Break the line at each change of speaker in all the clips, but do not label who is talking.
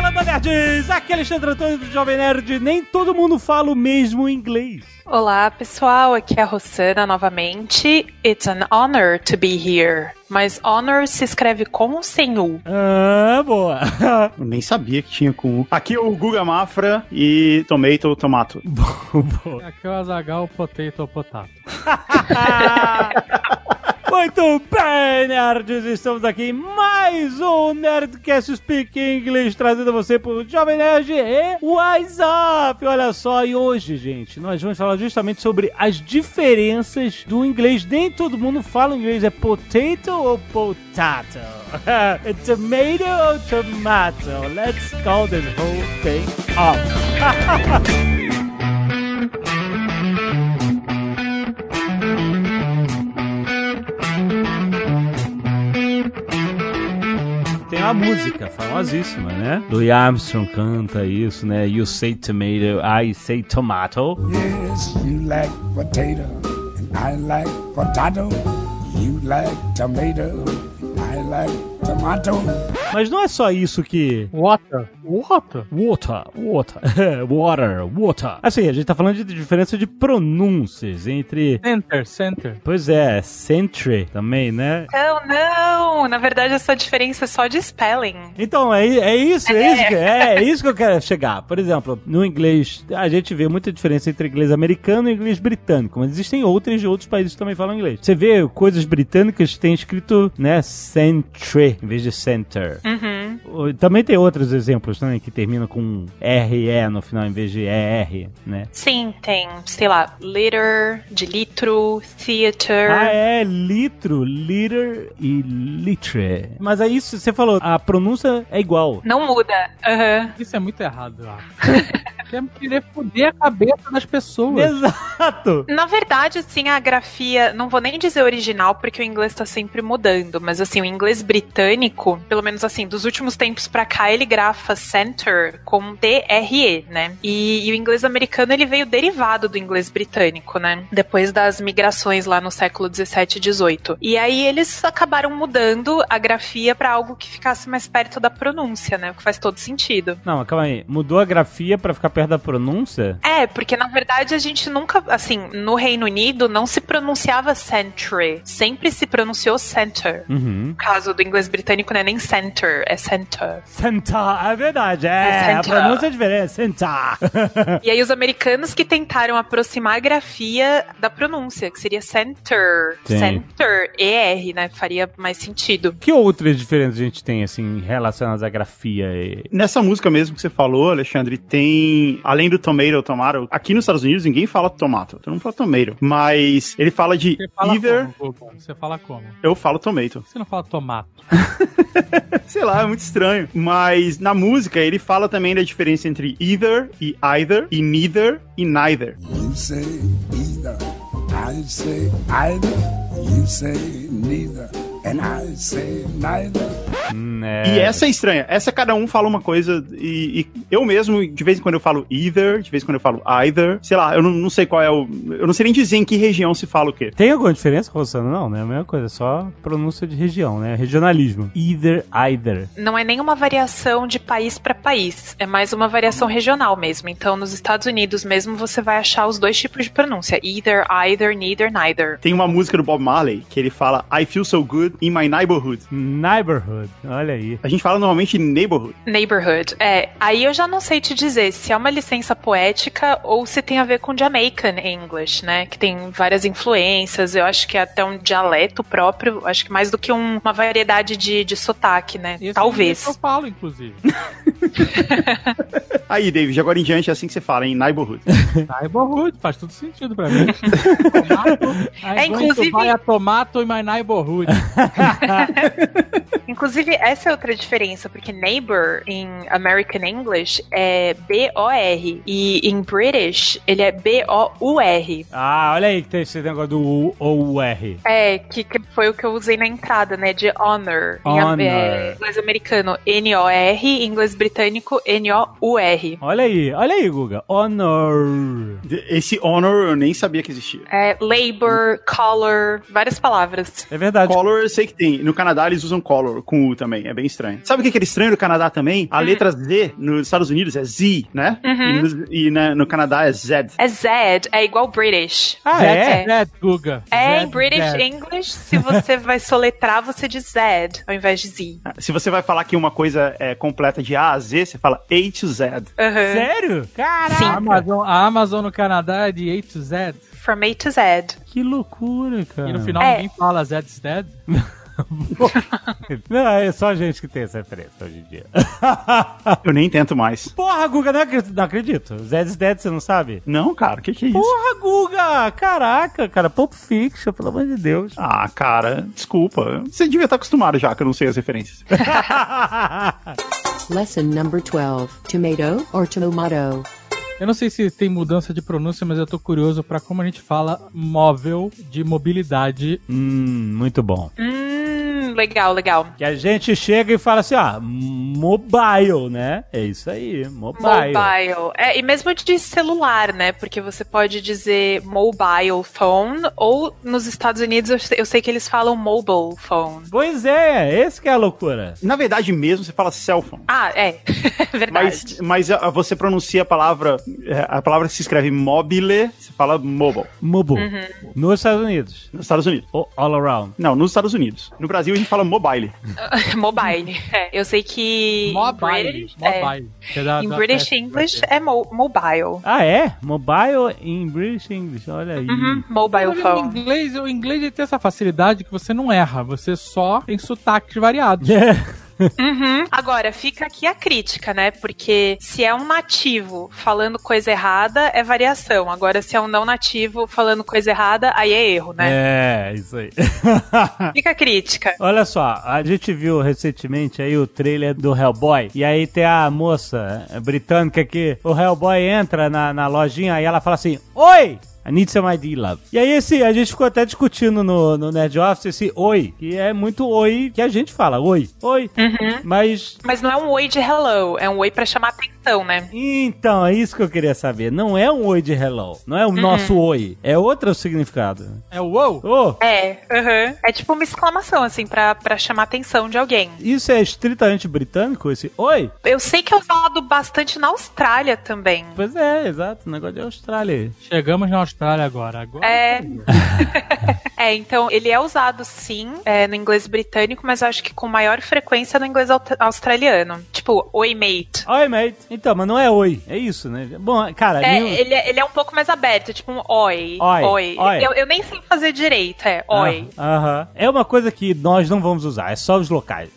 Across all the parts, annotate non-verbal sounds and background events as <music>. lada, nerds! Aqui é Alexandre Antônio do Jovem Nerd. Nem todo mundo fala o mesmo inglês.
Olá, pessoal. Aqui é a Rossana novamente. It's an honor to be here. Mas honor se escreve com ou sem U?
Ah, boa.
Eu nem sabia que tinha com U. Aqui é o Guga Mafra e Tomato Tomato.
Aqui é o Azagal Potato Potato.
Muito bem, nerds! Estamos aqui em mais um Nerdcast Speak English, trazendo a você por Jovem Nerd e WhatsApp. Olha só, e hoje, gente, nós vamos falar justamente sobre as diferenças do inglês. Nem todo mundo fala inglês, é potato ou potato? <laughs> É tomato ou tomato? Let's call this whole thing up. Tem uma música famosíssima, né? Louis Armstrong canta isso, né? You say tomato, I say tomato.
Yes, you like potato, and I like potato. You like tomato, and I like tomato.
Mas não é só isso que.
Water. Water?
Water, water, <laughs> water, water. Assim, a gente tá falando de diferença de pronúncias entre.
Center, center.
Pois é, century também, né?
Não, não. Na verdade, essa diferença é só de spelling.
Então, é, i- é isso, é isso, que, é, é isso que eu quero chegar. Por exemplo, no inglês, a gente vê muita diferença entre inglês americano e inglês britânico, mas existem outras de outros países que também falam inglês. Você vê coisas britânicas que tem escrito, né, century, em vez de center.
Uhum.
Ou- Também tem outros exemplos, né, que terminam com RE no final em vez de ER, né?
Sim, tem, sei lá, liter, de litro, theater.
Ah, é litro, liter e litre. Mas aí isso você falou, a pronúncia é igual.
Não muda. Uhum. Aham.
Isso é muito errado, eu <laughs> acho. Quer querer foder a cabeça das pessoas.
Exato!
Na verdade, assim, a grafia, não vou nem dizer original, porque o inglês tá sempre mudando, mas assim, o inglês britânico, pelo menos assim, dos últimos tempos pra cá, ele grafa center com TRE, né? E, e o inglês americano, ele veio derivado do inglês britânico, né? Depois das migrações lá no século 17 e 18. E aí eles acabaram mudando a grafia pra algo que ficasse mais perto da pronúncia, né? O que faz todo sentido.
Não, mas calma aí. Mudou a grafia pra ficar perto da pronúncia?
É, porque na verdade a gente nunca, assim, no Reino Unido não se pronunciava century, sempre se pronunciou center.
Uhum.
No caso do inglês britânico não é nem center, é center.
Sentar, é verdade, é.
É
A
sentar.
pronúncia é diferente, sentar.
e aí os americanos que tentaram aproximar a grafia da pronúncia, que seria center,
Sim.
center, ER, né? Faria mais sentido.
<laughs> que outras diferenças a gente tem, assim, relacionadas à grafia? e-
Nessa música mesmo que você falou, Alexandre, tem. Além do tomato, tomato. Aqui nos Estados Unidos ninguém fala tomato. Todo mundo fala tomato. Mas ele fala de
Você fala
either.
como, Gugu? Você fala como?
Eu falo tomato.
Você não fala tomato.
Sei lá, é muito estranho. Mas na música ele fala também da diferença entre either e either, e neither e neither.
You say either, I say either. You say neither, and I say neither.
Hum, é.
E essa é estranha. Essa cada um fala uma coisa e, e eu mesmo, de vez em quando eu falo either, de vez em quando eu falo either. Sei lá, eu não, não sei qual é o... Eu não sei nem dizer em que região se fala o quê.
Tem alguma diferença, Rossano? Não, né? A mesma coisa, só pronúncia de região, né? Regionalismo. Either, either.
Não é nenhuma variação de país pra país, é mais uma variação regional mesmo. Então, nos Estados Unidos mesmo, você vai achar os dois tipos de pronúncia: either, either, neither, neither.
Tem uma música do Bob Marley que ele fala I feel so good in my neighborhood.
Neighborhood, olha aí.
A gente fala normalmente neighborhood.
Neighborhood. É, aí eu já não sei te dizer se é uma licença poética ou se tem a ver com Jamaican English, né? Que tem várias influências, eu acho que é até um dialeto próprio, acho que mais do que um- uma variedade de, de sotaque, né?
Esse é o
Talvez.
que eu falo, <laughs> inclusive.
Aí, David, agora em diante é assim que você fala, em neighborhood.
neighborhood, é faz todo sentido pra <laughs> mim. Tomato, I'm
É,
going to
inclusive-
buy a tomato in my neighborhood.
Inclusive, essa é outra diferença, porque neighbor em American English é B-O-R e em British ele é B-O-U-R.
Ah, olha aí que tem esse negócio do U ou R.
É, que que foi o que eu usei na entrada, né? De honor. Em am- é,
Honor.
inglês americano, N-O-R, em inglês britânico, N-O-U-R.
Olha aí, olha aí, Guga. Honor.
Esse honor eu nem sabia que existia.
É, labor, color, várias palavras.
É verdade.
Color eu sei que tem. No Canadá eles usam color com U também. É bem estranho. Sabe o que que é estranho no Canadá também? A letra Z nos Estados Unidos é Z, né? E, no, e na- no Canadá é Z.
É Zed, é igual British.
Ah, é?
Zed.
Zed, Guga.
É, em
Zed,
British
Zed.
English, se você vai soletrar, você diz Zed ao invés de Z.
Se você vai falar que uma coisa é completa de A a Z, você fala A to Z.
Uhum.
Sério? Caraca.
A Amazon, a Amazon no Canadá é de A to Z.
From A to Z.
Que loucura, cara.
E no final
É.
ninguém fala Zed Stead.
<laughs> Não, é só gente que tem essa referência hoje em dia. <laughs>
Eu nem tento mais.
Porra, Guga, não acredito. Não acredito. Zed's Dead, você não sabe?
Não, cara, o que, que é isso?
Porra, Guga! Caraca, cara. Pulp Fiction, pelo amor de Deus. <laughs>
Ah, cara, desculpa. Você devia estar acostumado já, que eu não sei as referências.
Lesson number 12 Tomato or Tomato.
Eu não sei se tem mudança de pronúncia, mas eu tô curioso pra como a gente fala móvel de mobilidade.
hum, muito bom.
Hum, legal, legal.
Que a gente chega e fala assim, ó, mobile, né? É isso aí, mobile.
Mobile. É, e mesmo de celular, né? Porque você pode dizer mobile phone, ou nos Estados Unidos eu sei, eu sei que eles falam mobile phone.
Pois é, esse que é a loucura.
Na verdade mesmo, você fala cell phone.
Ah, é. <laughs> É
Mas,
Verdade.
mas ah, você pronuncia a palavra, eh, a palavra se escreve mobile, você fala mobile,
Mobile. Nos Estados Unidos.
nos Estados Unidos.
O- All around.
Não, nos Estados Unidos. No Brasil a gente fala mobile.
<laughs> mobile. É, eu sei que. em
Mobile.
British- é,
Mobile. que é da-
em
da
British
festa que vai
English
ter.
é mo- mobile.
Ah, é? Mobile in British English, olha aí.
Uhum, mobile
Mas O
phone.
inglês, o inglês ele tem essa facilidade que você não erra, você só tem sotaques variados.
Uhum. Agora, fica aqui a crítica, né? Porque se é um nativo falando coisa errada, é variação. Agora, se é um não nativo falando coisa errada, aí é erro, né?
<laughs> É, isso aí. <laughs>
Fica a crítica.
Olha só, a gente viu recentemente aí o trailer do Hellboy. E aí tem a moça britânica que o Hellboy entra na, na lojinha e ela fala assim: Oi! I need some ID, love. E aí, esse, a gente ficou até discutindo no, no Nerd Office esse oi, que é muito oi que a gente fala, oi, oi. Mas,
Mas não é um oi de hello, é um oi pra chamar atenção, né?
então, é isso que eu queria saber. Não é um oi de hello, não é o nosso oi, é outro significado.
É o wow.
Oh,
É, uhum. é tipo uma exclamação, assim, pra, pra chamar atenção de alguém.
isso é estritamente britânico, esse oi?
Eu sei que é usado bastante na Austrália também.
Pois é, exato, o negócio de Austrália.
Chegamos na Austrália agora. agora
É. é, então ele é usado sim é, no inglês britânico, mas eu acho que com maior frequência no inglês aut- australiano. Tipo, oi mate.
Oi, mate. Então, mas não é oi. É isso, né? Bom, cara,
É,
nem-
ele, é- ele é um pouco mais aberto, tipo um oi.
Oi, oi.
Eu, eu nem sei fazer direito, é oi.
Ah, aham. É uma coisa que nós não vamos usar, é só os locais.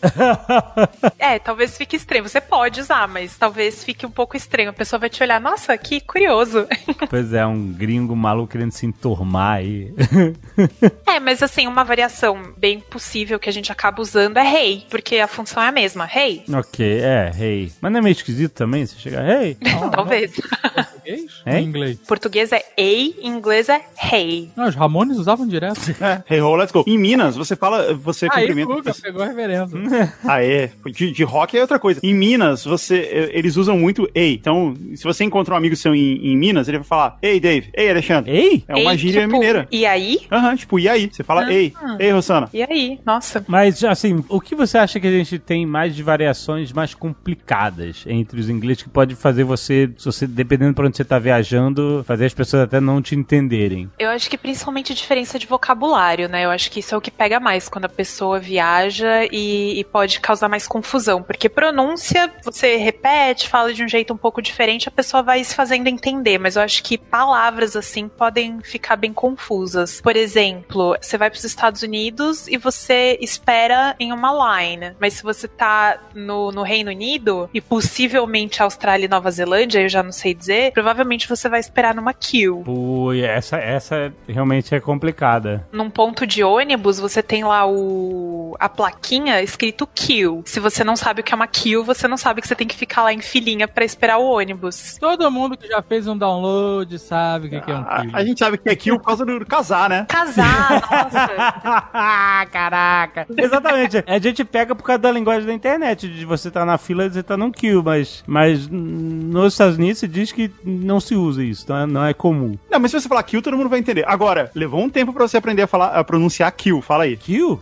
É, talvez fique estranho. Você pode usar, mas talvez fique um pouco estranho. A pessoa vai te olhar, nossa, que curioso.
<laughs> pois é, um gringo maluco querendo se enturmar aí. <laughs>
É, mas assim, uma variação bem possível que a gente acaba usando é hey, porque a função é a mesma. Hey.
ok, é, rei. Hey. Mas não é meio esquisito também? Você chega, hey.
Ah,
<laughs> Talvez.
Português?
Hein?
Em inglês.
Português é ei, em inglês é hey.
Não, os Ramones usavam direto.
É, hey ho, let's go. Em Minas, você fala, você
Aí,
cumprimenta.
Guga, pegou a reverendo.
<laughs> Ah, é. De, de rock é outra coisa. Em Minas, você, eh, eles usam muito ei. Então, se você encontra um amigo seu em, em Minas, ele vai falar, ei, Dave, ei, Alexandre.
<laughs> Ei?
É uma
Ei,
gíria
tipo,
mineira.
E aí?
Aham, tipo, e aí? Você fala, ei, ei, Rosana.
E aí? Nossa.
Mas, assim, o que você acha que a gente tem mais de variações mais complicadas entre os ingleses que pode fazer você, se você dependendo pra onde você tá viajando, fazer as pessoas até não te entenderem?
Eu acho que principalmente diferença de vocabulário, né? Eu acho que isso é o que pega mais quando a pessoa viaja e, e pode causar mais confusão. Porque pronúncia, você repete, fala de um jeito um pouco diferente, a pessoa vai se fazendo entender. Mas eu acho que palavras assim podem ficar bem confusas. Por exemplo, você vai para os Estados Unidos e você espera em uma line. Mas se você tá no, no Reino Unido e possivelmente Austrália e Nova Zelândia, eu já não sei dizer, provavelmente você vai esperar numa queue.
Ui, essa, essa realmente é complicada.
Num ponto de ônibus, você tem lá o a plaquinha escrito queue. Se você não sabe o que é uma queue, você não sabe que você tem que ficar lá em filinha pra esperar o ônibus.
Todo mundo que já fez um download sabe o que, que é um kill.
A, a gente sabe que é kill por causa do casar, né?
Casar, nossa.
<laughs> Caraca! Exatamente. A gente pega por causa da linguagem da internet, de você tá na fila e você tá num queue, mas, mas hum, nos Estados Unidos se diz que não se usa isso, então é- não é comum.
Não, mas se você falar kill, todo mundo vai entender. Agora, levou um tempo pra você aprender a, falar, a pronunciar kill, fala aí.
Queue?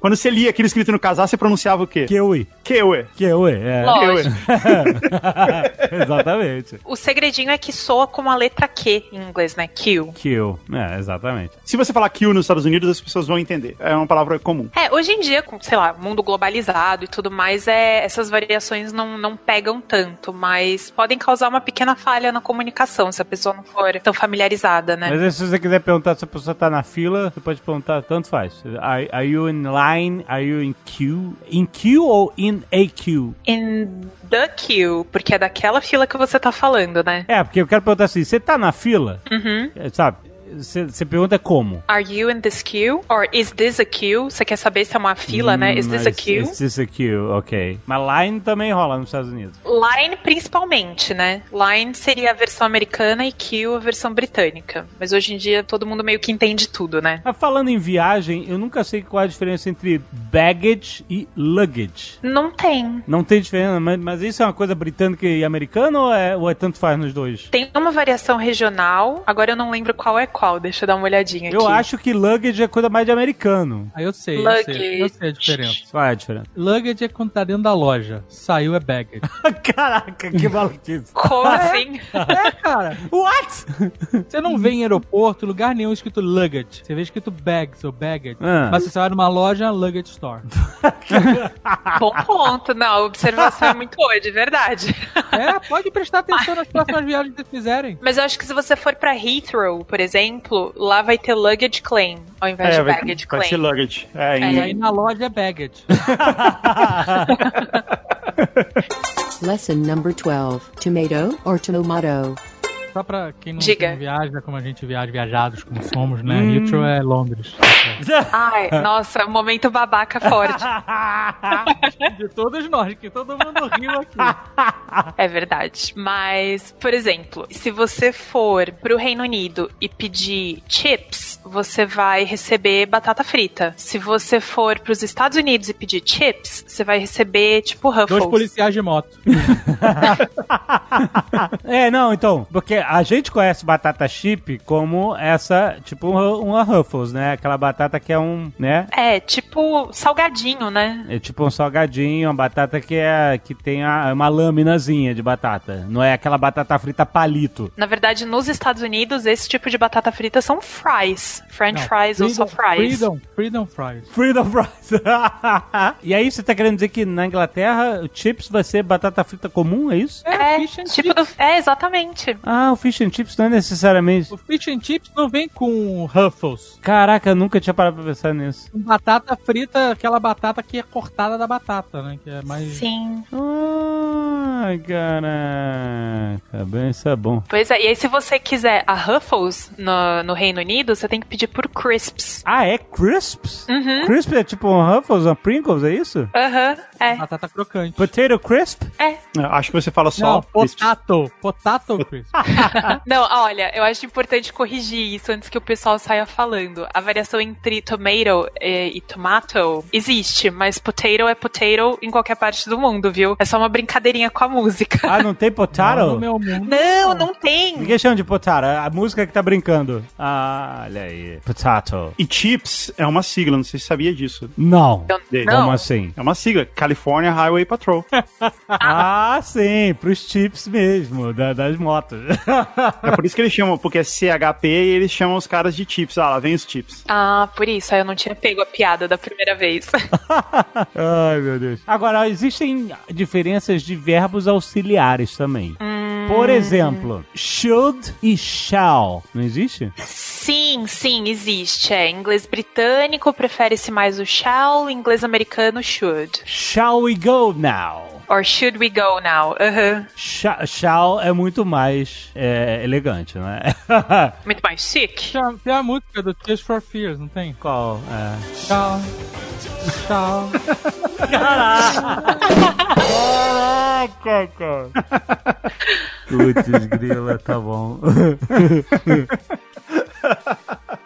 Quando você lia aquilo escrito no casar, você pronunciava o quê?
Queue.
Kill.
Queue, é.
Lógico.
<laughs> exatamente.
O segredinho é que soa como a letra Q em inglês, né? Queue.
Queue. É, exatamente.
Se você falar kill nos Estados Unidos, as pessoas vão entender. É uma palavra comum.
É, hoje em dia, com, sei lá, mundo globalizado e tudo mais, é, essas variações não, não pegam tanto, mas podem causar uma pequena falha na comunicação, se a pessoa não for tão familiarizada, né?
Mas aí, se você quiser perguntar se a pessoa tá na fila, você pode perguntar, tanto faz. Are, are you in line? Are you in queue? In queue ou in a queue?
In the queue, porque é daquela fila que você tá falando, né?
É, porque eu quero perguntar assim, você tá na fila?
Uhum.
É, Sabe? Você você pergunta como?
Are you in this queue? Or is this a queue? Você quer saber se é uma fila, né? Is this
Hum,
a
Mas
queue?
Is this a queue, ok. Mas line também rola nos Estados Unidos.
Line principalmente, né? Line seria a versão americana e queue a versão britânica. Mas hoje em dia todo mundo meio que entende tudo, né?
Mas falando em viagem, eu nunca sei qual é a diferença entre baggage e luggage.
Não tem.
Não tem diferença, mas, mas isso é uma coisa britânica e americana ou é, ou é tanto faz nos dois?
Tem uma variação regional, agora eu não lembro qual é qual, deixa eu dar uma olhadinha
Eu
aqui.
acho que luggage é coisa mais de americano.
Aí eu sei, eu sei, eu
Luggage.
sei a diferença.
Qual é a
<laughs>
diferença?
Luggage é quando tá dentro da loja. Saiu é baggage.
Caraca, que maluquice.
Como assim?
<laughs> é, cara.
What?
Você não vê em aeroporto, lugar nenhum escrito luggage. Você vê escrito bags ou baggage.
Ah.
Mas se você vai numa loja, luggage store.
Bom ponto, não, a observação é muito boa, de verdade.
<laughs> É, pode prestar atenção nas próximas viagens que vocês fizerem.
Mas eu acho que se você for pra Heathrow, por exemplo, lá vai ter luggage claim, ao invés de
vai-
baggage
vai ser
claim.
luggage. É, em-
E aí na loja é baggage.
Lesson number 12. Tomato or tomato.
Só pra quem não,
Diga.
não viaja, como a gente viaja, viajados como somos, né? Heathrow é Londres. <laughs>
Ai, nossa, momento babaca forte.
É, De todos nós, que todo mundo riu aqui.
É verdade. Mas, por exemplo, se você for pro Reino Unido e pedir chips, você vai receber batata frita. Se você for pros Estados Unidos e pedir chips, você vai receber, tipo,
Dois
Ruffles.
policiais de moto.
É, não, então, porque a gente conhece batata chip como essa, tipo um- uma Ruffles, né? Aquela batata que é um, né?
É, tipo, salgadinho, né?
É tipo um salgadinho, uma batata que é que tem a- uma laminazinha de batata. Não é aquela batata frita palito.
Na verdade, nos Estados Unidos, esse tipo de batata frita são fries. French fries ou só fries.
Freedom, freedom fries.
Freedom fries. <laughs> e aí você tá querendo dizer que na Inglaterra o chips vai ser batata frita comum, é isso?
É,
fish and
tipo do... é, exatamente.
Ah, o fish and chips não é necessariamente.
O fish and chips não vem com Ruffles.
Caraca, eu nunca tinha parado pra pensar nisso.
Batata frita, aquela batata que é cortada da batata, né? Que é mais.
Sim.
Ah, caraca, bem, isso é bom.
Pois é, e aí se você quiser a Ruffles no, no Reino Unido, você tem que pedir por crisps.
Ah, é crisps?
Uhum.
Crisp é tipo um Ruffles, um Pringles, é isso?
Aham, é,
Batata crocante.
Potato crisp?
é.
Acho que você fala só.
Não,
crisps.
potato.
<laughs>
Potato crisp.
Não, olha, eu acho importante corrigir isso antes que o pessoal saia falando. A variação entre tomato eh, e, tomato existe, mas potato é potato em qualquer parte do mundo, viu? É só uma brincadeirinha com a música.
Ah, não tem potato?
No meu mundo.
Não, não tem!
Ninguém chama de potato, é a música que tá brincando. Ah, olha aí. Potato.
E chips é uma sigla, não sei se você sabia disso.
Não.
Eu-
Como
não,
assim?
É uma sigla, California Highway Patrol.
Ah, sim, pros chips mesmo, da- das motos. <laughs>
É por isso que eles chamam, porque é CHP e eles chamam os caras de chips. Ah, lá vem os chips.
ah, por isso, aí eu não tinha pego a piada da primeira <laughs> vez.
Ai, meu Deus. Agora, existem diferenças de verbos auxiliares também.
Hum.
Por exemplo, should e shall. Não existe?
Sim, sim, existe. É, inglês britânico prefere-se mais o shall, inglês americano should.
Shall we go now?
Or should we go now? Aham.
Sha- Shall é muito mais é, <laughs> elegante, né?
Muito mais chique.
Tem a, tem a música do Tears for Fears, não tem?
Qual? É.
Tchau. Tchau.
Caraca, cara. Putz, grila, tá bom.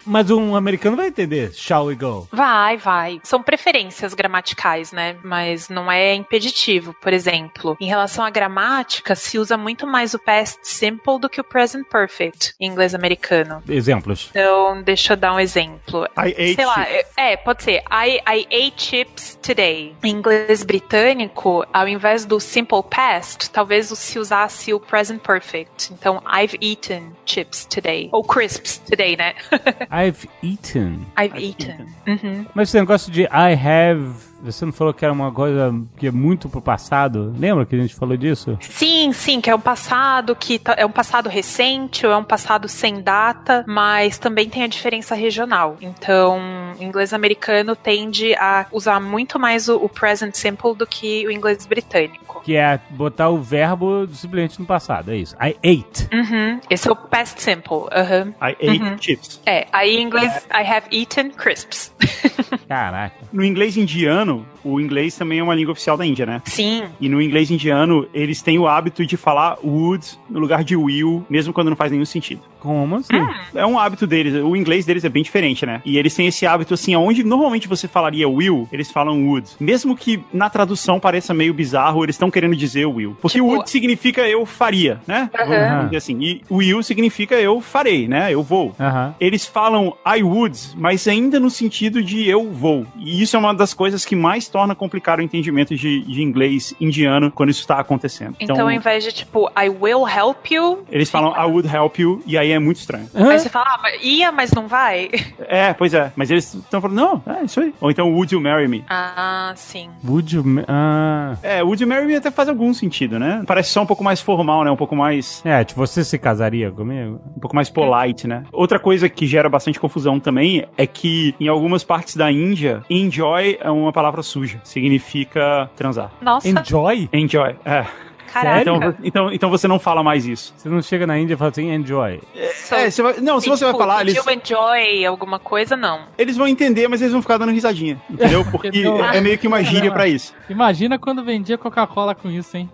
Mas um americano vai entender. Shall we go?
Vai, vai. São preferências gramaticais, né? Mas não é impeditivo. Por exemplo, em relação à gramática, se usa muito mais o past simple do que o present perfect em inglês americano.
Exemplos.
Então, deixa eu dar um exemplo.
I ate
Sei lá,
chips.
é, pode ser. I, I ate chips today. Em inglês britânico, ao invés do simple past, talvez se usasse o present perfect. Então, I've eaten chips today. Ou crisps today, né? <laughs>
I've eaten.
I've, eaten. Uhum.
Mas esse negócio de I have. Você não falou que era uma coisa que é muito pro passado? Lembra que a gente falou disso?
Sim, sim, que é um passado que tá- é um passado recente ou é um passado sem data, mas também tem a diferença regional. Então, o inglês americano tende a usar muito mais o, o present simple do que o inglês britânico.
Que é botar o verbo simplesmente no passado. É isso. I ate.
Uhum, esse é o past simple. Uhum.
I ate chips.
É, aí em inglês, I have eaten crisps. <laughs>
Caraca.
No inglês indiano, o inglês também é uma língua oficial da Índia, né?
sim,
E no inglês indiano, eles têm o hábito de falar would no lugar de will, mesmo quando não faz nenhum sentido.
Como assim?
É um hábito deles, o inglês deles é bem diferente, né? E eles têm esse hábito assim, aonde normalmente você falaria will, eles falam would. Mesmo que na tradução pareça meio bizarro, eles estão querendo dizer will. Porque
Tipo-
would significa eu faria, né?
Aham.
Vamos dizer assim. E will significa eu farei, né? Eu vou.
Aham.
Eles falam I would, mas ainda no sentido de eu vou. E isso é uma das coisas que mais torna complicado o entendimento de, de inglês indiano quando isso está acontecendo.
Então, ao invés de tipo, I will help you,
eles falam I would help you, e aí é muito estranho.
aí você fala, ah, mas ia, mas não vai. <laughs>
É, pois é. Mas eles estão falando, não, é isso aí. Ou então, would you marry me?
Ah, sim.
Would you. ma- Ah.
É, would you marry me até faz algum sentido, né? Parece só um pouco mais formal, né? Um pouco mais,
É, tipo, você se casaria comigo?
um pouco mais polite, né? Outra coisa que gera bastante confusão também é que em algumas partes da Índia, enjoy é uma palavra suja. Significa transar.
Nossa,
Enjoy?
Enjoy, é.
caraca.
Então, então, então você não fala mais isso.
Você não chega na Índia e fala assim, enjoy.
So-
é, você vai- não, se
Sim,
você vai
Então, tipo,
falar,
did
eles,
you enjoy alguma coisa, não.
eles vão entender, mas eles vão ficar dando risadinha, entendeu? Porque
Então-
é meio que uma gíria pra isso. <laughs>
Imagina quando vendia Coca-Cola com isso, hein?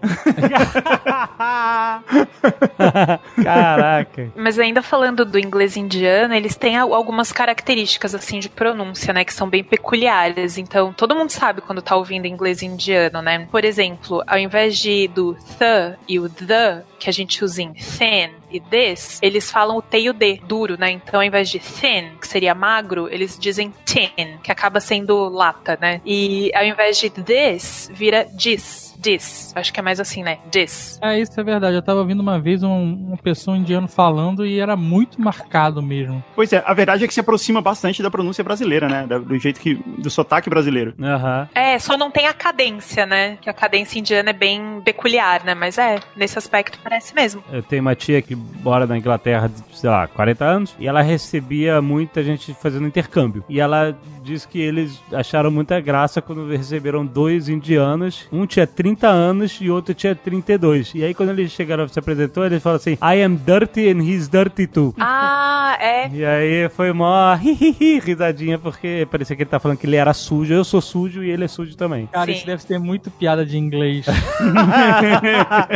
Caraca.
Mas ainda falando do inglês indiano, eles têm al- algumas características, assim, de pronúncia, né? Que são bem peculiares. Então, todo mundo sabe quando tá ouvindo inglês indiano, né? Por exemplo, ao invés de do the e o the, que a gente usa em thin e this, eles falam o T e o D, duro, né? Então, ao invés de thin, que seria magro, eles dizem tin, que acaba sendo lata, né? E ao invés de this, vira dis. Dis. Acho que é mais assim, né? Dis.
É, isso é verdade. Eu tava ouvindo uma vez um, uma pessoa indiano falando e era muito marcado mesmo.
Pois é, a verdade é que se aproxima bastante da pronúncia brasileira, né? Da- do jeito que. do sotaque brasileiro.
Aham.
É, só não tem a cadência, né? Que a cadência indiana é bem peculiar, né? Mas é, nesse aspecto parece mesmo.
Eu tenho uma tia que mora na Inglaterra, de, sei lá, 40 anos, e ela recebia muita gente fazendo intercâmbio. E ela disse que eles acharam muita graça quando receberam dois indianos. Um tinha 30 anos e outro tinha 32. E aí, quando eles chegaram e se apresentou, eles falaram assim: I am dirty and he's dirty too.
<laughs> Ah, é.
E aí foi mó hihihi, risadinha, porque parecia que ele tá falando que ele era sujo, eu sou sujo e ele é sujo também.
Cara,
Sim.
isso deve ser muito piada de inglês.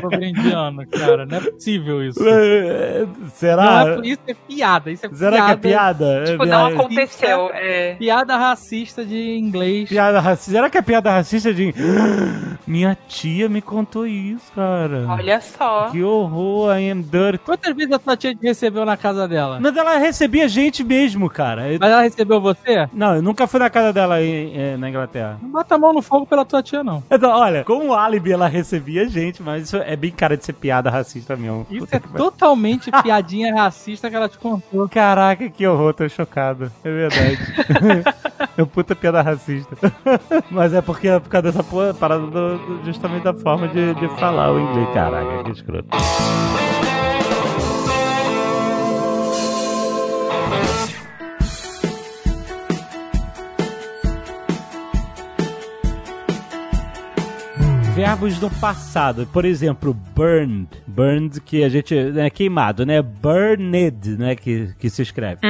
Sobre indiano, cara. Não é possível isso.
<laughs> Será?
Não, isso é piada. Isso é
Será que é piada?
Tipo,
É
não
piada-
aconteceu. É.
Piada racista de inglês.
Piada racista. Será que é piada racista de. <gasps> Minha tia me contou isso, cara.
Olha só.
Que horror, I am dirty.
Quantas vezes a sua tia te recebeu na casa dela?
Mas ela recebia gente mesmo, cara. Eu-
Mas ela recebeu você?
Não, eu nunca fui na casa dela em- eh, na Inglaterra.
Não bota a mão no fogo pela tua tia, não.
Então, olha, como álibi ela recebia gente, mas isso é bem cara de ser piada racista mesmo.
Isso
Puta
é
que pariu.
totalmente piadinha racista que ela te contou.
Caraca, que horror, tô chocado. É
<laughs>
verdade. é uma puta piada racista. <laughs> Mas é porque é por causa dessa porra- parada do- do- justamente da forma de, de falar o inglês. Caraca, que escroto. verbos do passado. Por exemplo, burned. Burned, que a gente. É né, queimado, né? Burned, né? Que, que se escreve.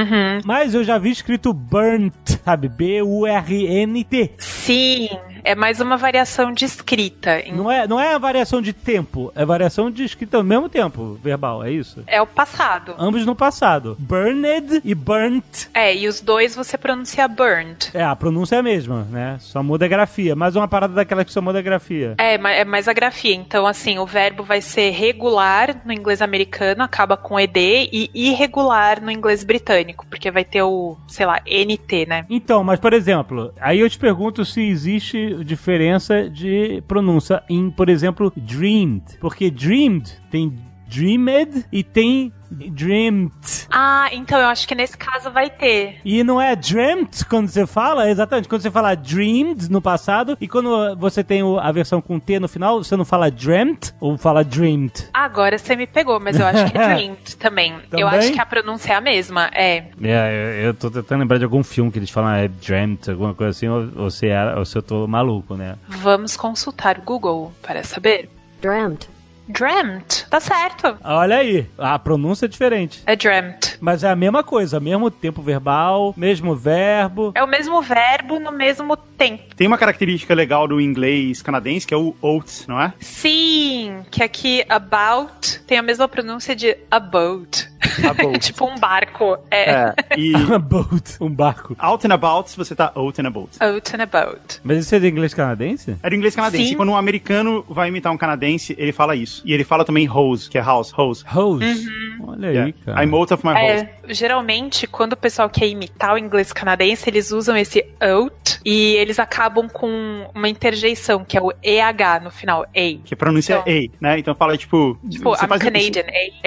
Mas eu já vi escrito burnt, sabe? B-U-R-N-T.
Sim, é mais uma variação de escrita.
Não é, não é a variação de tempo, é variação de escrita ao mesmo tempo, verbal, é isso?
É o passado.
Ambos no passado. Burned e burnt.
É, e os dois você pronuncia burned.
É, a pronúncia é a mesma, né? Só muda a grafia. Mais uma parada daquela que só muda a grafia.
É, ma- é mais a grafia. Então, assim, o verbo vai ser regular no inglês americano, acaba com ed, e irregular no inglês britânico, porque vai ter o, sei lá, nt, né?
Então, mas por exemplo, aí eu te pergunto se existe diferença de pronúncia em, por exemplo, dreamed. Porque dreamed tem dreamed e tem dreamt.
Ah, então eu acho que nesse caso vai ter.
E não é dreamt quando você fala, é exatamente, quando você fala dreamed no passado, e quando você tem o- a versão com T no final, você não fala dreamt ou fala dreamed.
Agora você me pegou, mas eu acho que é dreamed também.
Também?
Eu acho que a pronúncia é a mesma. É.
É, eu, eu tô tentando lembrar de algum filme que eles falam é dreamt, alguma coisa assim, ou, ou se era, ou se eu tô maluco, né?
Vamos consultar o Google para saber.
dreamt,
Dreamt. Tá certo.
Olha aí, a pronúncia é diferente.
É dreamt.
Mas é a mesma coisa, mesmo tempo verbal, mesmo verbo. <laughs>
É o mesmo verbo no mesmo tempo.
Tem uma característica legal do inglês canadense que é o oats, não é?
Sim, que aqui about tem a mesma pronúncia de about. <laughs>
About.
tipo um barco. É.
É.
<laughs>
E
A boat, um barco.
out and about, se você tá out and about.
Out and about.
Mas isso é de inglês canadense?
É do inglês canadense.
Sim.
E Quando um americano vai imitar um canadense, ele fala isso. E ele fala também hose, que é house, hose.
Hose.
Uhum.
Olha É. aí,
Yeah.
cara.
I'm out of my hose.
É, geralmente, quando o pessoal quer imitar o inglês canadense, eles usam esse out e eles acabam com uma interjeição, que é o EH no final, A.
Que pronúncia
Então.
é A, né? Então fala, tipo...
Tipo, I'm
faz-
Canadian, A. <laughs>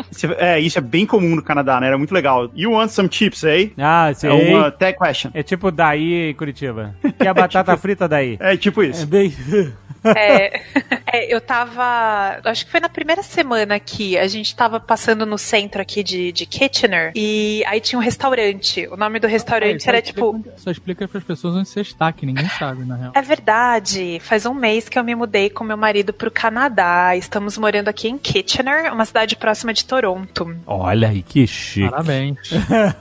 A.
você- é, isso é bem comum no Canadá, né? Era muito legal. You want some chips, eh?
Ah, sei.
É uma tag question.
É tipo daí em Curitiba. Que <laughs> a batata frita daí.
É tipo isso.
É bem...
É, é, eu tava. Acho que foi na primeira semana aqui. A gente tava passando no centro aqui de, de Kitchener. E aí tinha um restaurante. O nome do restaurante
Só
era
explica
tipo.
onde- Só explica pras pessoas onde você está, que ninguém sabe, na real.
É verdade. Faz um mês que eu me mudei com meu marido pro Canadá. Estamos morando aqui em Kitchener, uma cidade próxima de Toronto.
Olha aí, que um chique.
Parabéns.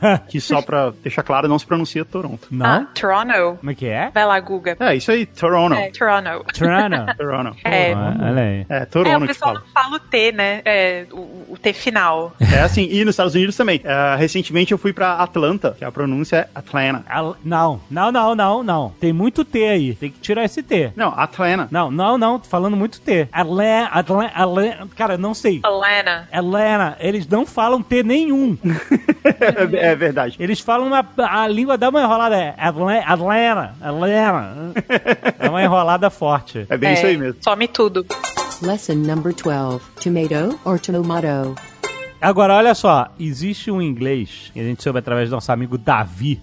É.
Que só pra deixar claro, não se pronuncia Toronto.
Não?
Ah, Toronto.
Como é que é?
Vai lá, Guga.
É, isso aí, Toronto.
É, Toronto.
Toronto.
<laughs>
Toronto.
É.
Ah, Olha aí.
É,
É, o
Toronto que
pessoal
fala.
não fala o T, né? É, o, o T final.
É assim, e nos Estados Unidos também. É, recentemente eu fui pra Atlanta, que a pronúncia é Atlanta.
Al- Não, não, não, não, não. Tem muito T aí. Tem que tirar esse T.
Não, Atlanta. né?
Não, não, não. Tô falando muito T. Alen, Alen, Alen... Cara, não sei.
Helena.
Helena, eles não falam T nenhum.
<laughs> é, é verdade.
Eles falam uma, a língua dá uma enrolada. É Atlanta, Atlanta, Atlanta. É uma enrolada forte.
É bem
É,
isso aí mesmo.
Some tudo.
lesson number 12, tomato or tomato,
Agora, olha só. Existe um inglês que a gente soube através do nosso amigo Davi.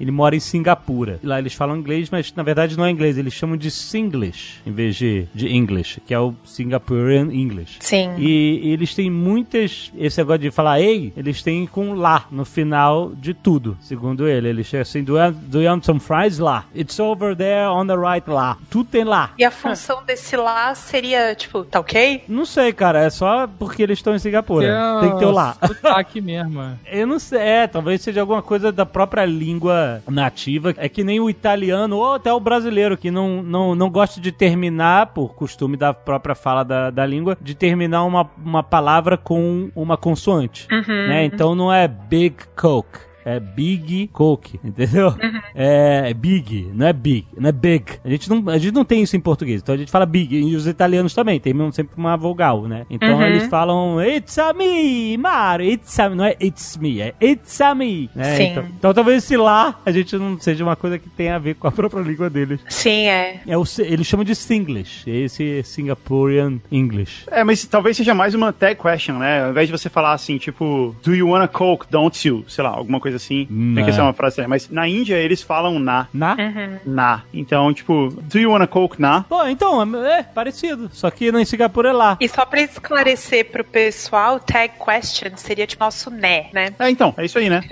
Ele mora em Singapura. E lá eles falam inglês, mas na verdade não é inglês. Eles chamam de Singlish em vez de, de English, que é o Singaporean English.
Sim.
E eles têm muitas. Esse negócio de falar ei, eles têm com lá no final de tudo, segundo ele. Ele chega assim: do you, have- do you want some fries? Lá. It's over there on the right lá. Tudo tem lá.
E a função desse lá seria, tipo, tá ok?
Não sei, cara. É só porque eles estão em Singapura.
é
Tem que ter o lá.
sotaque mesmo. é.
Eu não sei, é, talvez seja alguma coisa da própria língua nativa. É que nem o italiano ou até o brasileiro, que não, não, não gosta de terminar, por costume da própria fala da, da língua, de terminar uma, uma palavra com uma consoante. né? Então não é big coke. É Big Coke, entendeu?
Uhum.
É Big, não é Big, não é Big. A gente não, a gente não tem isso em português, então a gente fala Big. E os italianos também, terminam sempre com uma vogal, né? Então
Uhum.
eles falam It's a me, Mario, it's a me, não é It's me, é It's a me. né?
Sim.
Então, então talvez esse lá a gente não seja uma coisa que tenha a ver com a própria língua deles.
Sim, é.
É o, si- eles chamam de Singlish, esse Singaporean English.
É, mas talvez seja mais uma tag question, né? Ao invés de você falar assim, tipo, do you wanna coke, don't you? Sei lá, alguma coisa assim.
Na.
Não é que essa é uma frase, mas na Índia eles falam na.
né?
Na?
Uhum.
Na. Então, tipo, do you wanna coke na?
Bom, então, é parecido. Só que não em Singapura é lá.
E só pra esclarecer pro pessoal, tag question seria tipo nosso né, né?
É, então, é isso aí, né?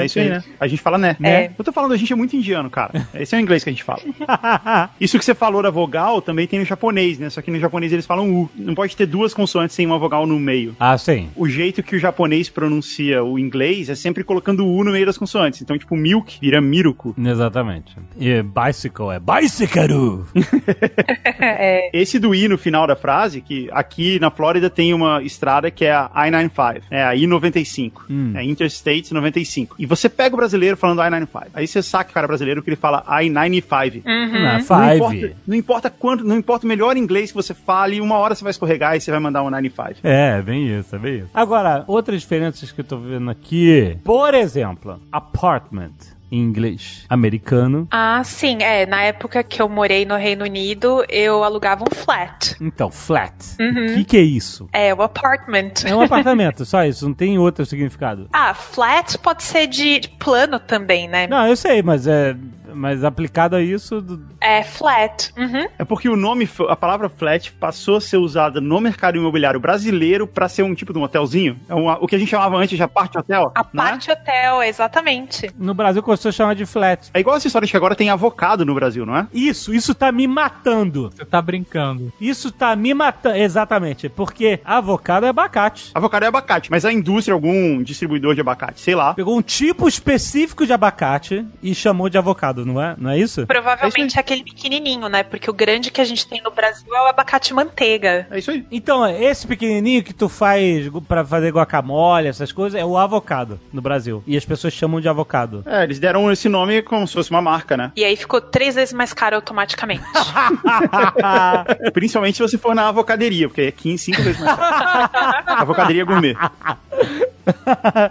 É isso aí, né? A gente fala né.
É.
Eu tô falando, a gente é muito indiano, cara. Esse é o inglês que a gente fala. <laughs> Isso que você falou da vogal também tem no japonês, né? Só que no japonês eles falam U. Não pode ter duas consoantes sem uma vogal no meio.
ah, sim.
O jeito que o japonês pronuncia o inglês é sempre colocando U no meio das consoantes. Então, tipo, milk vira miruku.
Exatamente. E bicycle é bicycle.
É,
Esse do I no final da frase, que aqui na Flórida tem uma estrada que é a I-95, é a I-95, é Interstate 95. E você pega o brasileiro falando I-95, aí você saca o cara brasileiro que ele fala I-95.
Na
Uhum. Não
five.
importa, não importa quanto, não importa o melhor inglês que você fale, uma hora você vai escorregar e você vai mandar um 95.
É, bem isso, é bem isso. Agora, outras diferenças que eu tô vendo aqui. Por exemplo, apartment em inglês americano.
Ah, sim, é. Na época que eu morei no Reino Unido, eu alugava um flat.
Então, flat. O
Uhum.
que, que é isso?
É, o apartment.
É um apartamento, só isso, não tem outro significado.
Ah, flat pode ser de de plano também, né?
Não, eu sei, mas é. Mas aplicado a isso. do-
É flat. Uhum.
É porque o nome, f- a palavra flat passou a ser usada no mercado imobiliário brasileiro pra ser um tipo de um hotelzinho. É uma- o que a gente chamava antes de apart hotel.
A
né?
parte hotel, exatamente.
No Brasil costuma chamar de flat.
É igual essa história de que agora tem avocado no Brasil, não é?
Isso, isso tá me matando.
Você tá brincando.
Isso tá me matando. Exatamente, porque avocado é abacate.
Avocado é abacate, mas a indústria, algum distribuidor de abacate, sei lá.
Pegou um tipo específico de abacate e chamou de avocado, não é? Não é isso?
Provavelmente aquele pequenininho, né? Porque o grande que a gente tem no Brasil é o abacate manteiga.
É isso aí.
Então, esse pequenininho que tu faz pra fazer guacamole, essas coisas, é o avocado no Brasil. E as pessoas chamam de avocado.
É, eles deram esse nome como se fosse uma marca,
<laughs>
né?
E aí ficou três vezes mais
<laughs>
caro automaticamente.
Ah, Principalmente se você for na avocaderia, porque é 15, 5 vezes mais caro. avocaderia gourmet.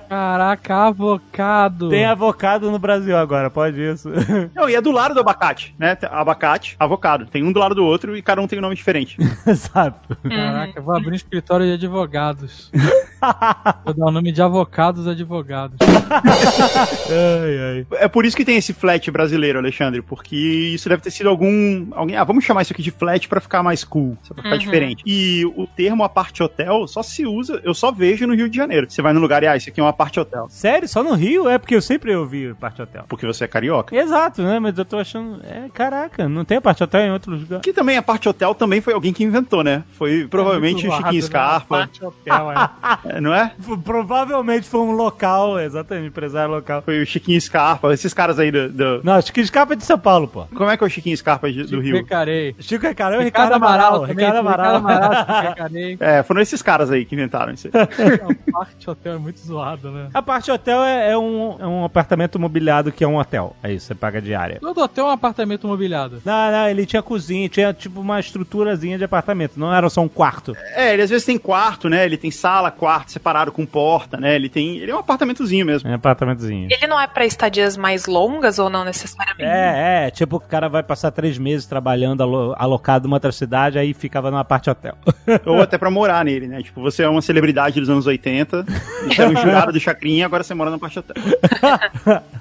Caraca, avocado.
Tem avocado no Brasil agora, pode isso. <laughs>
Não, e é do lado do abacate, né? Tem Abacate, avocado. Tem um do lado do outro e cada um tem um nome diferente.
Sabe?
Caraca, eu
É.
vou abrir um escritório
<laughs>
de advogados. vou dar o nome de avocados advogados.
Ai, ai.
É por isso que tem esse flat brasileiro, Alexandre, porque isso deve ter sido algum. Alguém, ah, vamos chamar isso aqui de flat pra ficar mais cool, só pra ficar diferente. E o termo aparte hotel só se usa, eu só vejo no Rio de Janeiro. Você vai num lugar e, ah, isso aqui é um aparte hotel.
Sério? Só no Rio? É porque eu sempre ouvi parte hotel.
Porque você é carioca.
Exato, né? Mas eu tô achando. É, caraca, não tem parte hotel em outro lugar.
Que também a parte hotel também foi alguém que inventou, né? Foi provavelmente
É
o
muito
Chiquinho
errado, né?
Scarpa,
Parte hotel, é.
é, não é?
F- Provavelmente foi um local, exatamente, empresário local.
Foi o Chiquinho Scarpa, esses caras aí do. do-
Não, acho que escapa é de São Paulo, pô.
Como é que é o Chiquinho Scarpa de- do Rio?
Pecarei.
Chico é caramba, Ricardo Amaral.
também,
Ricardo Amaral.
<laughs>
Amaral, Pecarei.
É, foram esses caras aí que inventaram
<laughs>
isso aí.
Não, Parte hotel é muito zoado, né?
<laughs> A parte hotel é, é um, é um apartamento mobiliado que é um hotel. É isso, você paga diária.
Todo hotel é um apartamento mobiliado.
Não, não, ele tinha cozinha, tinha tipo uma estruturazinha de apartamento, não era só um quarto.
É, ele às vezes tem quarto, né? Ele tem sala, quarto separado com porta, né? Ele tem. Ele é um apartamentozinho mesmo.
É um apartamentozinho.
Ele não é pra estadias mais longas ou não necessariamente?
É, é, tipo, o cara vai passar três meses trabalhando alo- alocado numa outra cidade, aí ficava numa parte hotel. <laughs>
É.
Ou até pra morar nele, né? Tipo, você é uma celebridade dos anos 80, você é um jurado do Chacrinha, agora você mora na parte hotel.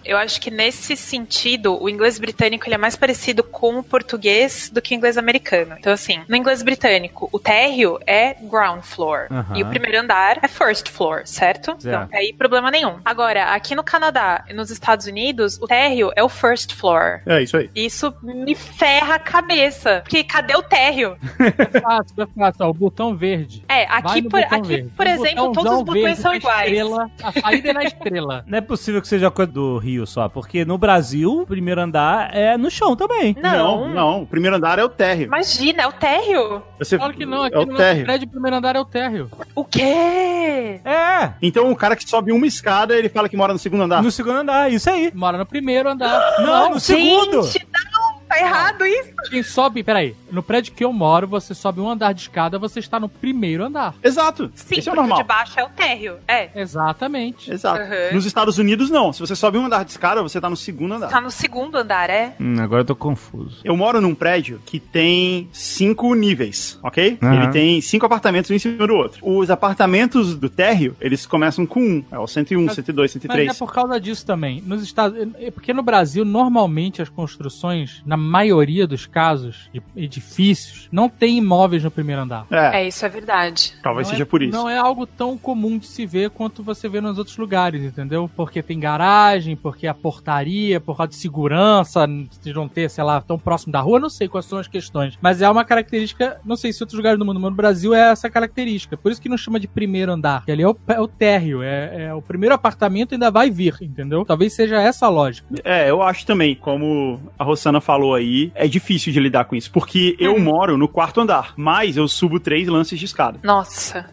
Eu acho que nesse sentido, o inglês britânico ele é mais parecido com o português do que o inglês americano. Então, assim, no inglês britânico, o térreo é ground floor.
Aham.
E o primeiro andar é first floor, certo? Então,
Certo.
até aí problema nenhum. Agora, aqui no Canadá e nos Estados Unidos, o térreo é o first floor.
É isso aí.
Isso me ferra a cabeça. Porque cadê o térreo?
É fácil, é fácil. Ó, o botão verde.
É,
Vai
aqui,
no
por,
botão
aqui,
verde.
por
O
exemplo, todos os
botãozão
botões
verde
são
com a
iguais.
Estrela, a saída é
<laughs>
na estrela.
Não é possível que seja coisa do Rio só, porque no Brasil, o primeiro andar é no chão também.
Não.
não. O primeiro andar é o térreo.
Imagina, é o térreo.
Você...
Claro que não, aqui
É o
no nosso
térreo.
prédio, o primeiro andar é o térreo.
O quê?
É,
Então o cara que sobe uma escada, ele fala que mora no segundo andar.
no segundo andar, isso aí.
Tá
Mora no primeiro andar.
Não, no segundo!
Gente, não, tá errado isso.
Quem sobe, peraí, no prédio que eu moro, você sobe um andar de escada, você está no primeiro andar.
Exato.
Sim,
Esse
porque
é o
o
normal.
de baixo é o térreo. É.
Exatamente.
Exato.
Uhum.
Nos Estados Unidos, não. Se você sobe um andar de escada, você tá no segundo andar.
Tá no segundo andar, é?
Hum, agora eu tô confuso.
Eu moro num prédio que tem cinco níveis, ok?
Aham.
Ele tem cinco apartamentos um em cima do outro. Os apartamentos do térreo, eles começam com um. É o 101,
Mas-
102,
Mas
103.
é por causa disso também. Nos Estados, é porque no Brasil normalmente as construções, na maioria dos casos, de edifícios, não tem imóveis no primeiro andar.
É,
É, isso é verdade.
talvez
Não
seja
é-
por isso.
Não é algo tão comum de se ver quanto você vê nos outros lugares, entendeu? Porque tem garagem, porque a portaria, por causa de segurança, de não ter, sei lá, tão próximo da rua, não sei quais são as questões. Mas é uma característica, não sei se outros lugares do mundo, mas no Brasil é essa característica. Por isso que não chama de primeiro andar, que ali é o, é o térreo, é, é o primeiro apartamento ainda vai vir, entendeu? Talvez seja essa a
<laughs>
lógica.
É, eu acho também, como a Rossana falou aí, é difícil de lidar com isso, porque eu
Uhum.
moro no quarto andar, mas eu subo três lances de escada.
Nossa.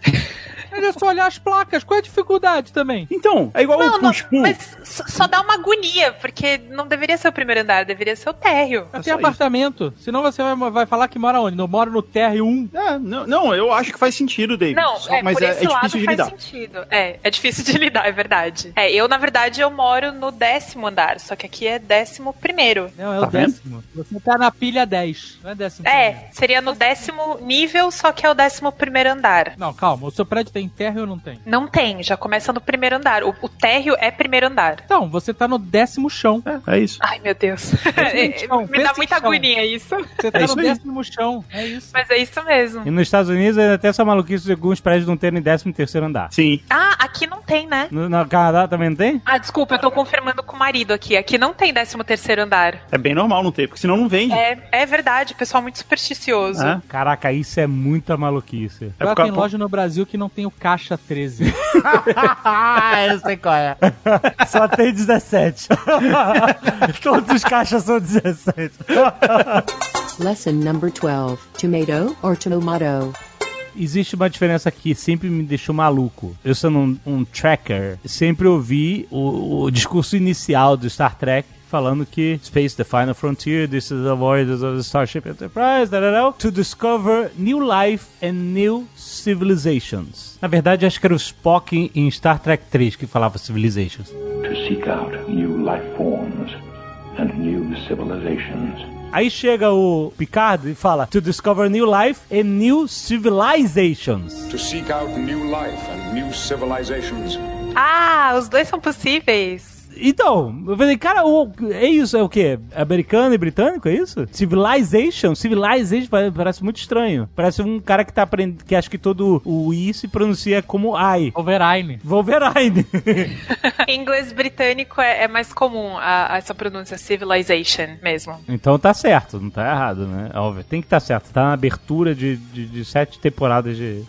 Mas é só olhar as placas, qual é a dificuldade também?
Então, é igual o push-pull.
mas só só dá uma agonia, porque não deveria ser o primeiro andar, deveria ser o térreo.
É
Até
só isso.
é apartamento. Senão você vai, vai falar que mora onde? Não mora no térreo 1.
É, não, não, eu acho que faz sentido, David.
Não,
só-
é,
mas
por
é,
esse
é
lado
difícil de
faz
lidar.
sentido. É, é difícil de <laughs> lidar, é verdade. É, eu, na verdade, eu moro no décimo andar, só que aqui é décimo primeiro.
Não, é
Tá
o
vendo?
décimo. Você tá na pilha 10. Não é décimo. primeiro.
É, seria no décimo nível, só que é o décimo primeiro andar.
Não, calma. O seu prédio tem térreo ou não tem?
Não tem, já começa no primeiro andar. O, o térreo é primeiro andar.
Então, você tá no décimo chão.
É, é isso.
Ai, meu <laughs> Deus.
chão,
É, Me dá
pensa em
muita
chão.
agonia isso.
Você tá
isso
no
aí.
décimo chão. É isso.
Mas é isso mesmo.
E nos Estados Unidos, é até essa maluquice de alguns prédios não terem 13 terceiro andar.
Sim.
Ah, aqui não tem, né?
No, no Canadá também não tem?
Ah, desculpa, eu tô confirmando com o marido aqui. Aqui não tem décimo terceiro andar.
É bem normal não ter, porque senão não vende. É,
É, é verdade, o pessoal é muito supersticioso.
é
Caraca, isso é muita maluquice.
por
Agora tem
causa-
loja no Brasil que não tem o caixa 13.
Só tem <laughs> 17. Todos os caixas são 17.
Lesson number 12. Tomato or tomato.
Existe uma diferença que sempre me deixou maluco. Eu sendo um, um tracker, sempre ouvi o, o discurso inicial do Star Trek falando que Space the Final Frontier, this is the voyages of the Starship Enterprise, da, da, da, to discover new life and new civilizations. Na verdade, acho que era o Spock em- em Star Trek 3 que falava civilizations.
to seek out new life forms and new civilizations.
Aí chega o Picard e fala To discover new life and new civilizations.
To seek out new life and new civilizations.
Ah, os dois são possíveis.
Então, eu falei, cara, o, é isso, é o quê? Americano e britânico, é isso? Civilization? Civilization pare- parece muito estranho. Parece um cara que tá aprendendo, que acha que todo o I se pronuncia como I.
Overine.
Wolverine.
<laughs> em inglês britânico é, é mais comum a- a essa pronúncia civilization mesmo.
<laughs> então tá certo, não tá errado, né? Óbvio, tem que tá certo. Tá na abertura de, de, de sete temporadas <laughs> de...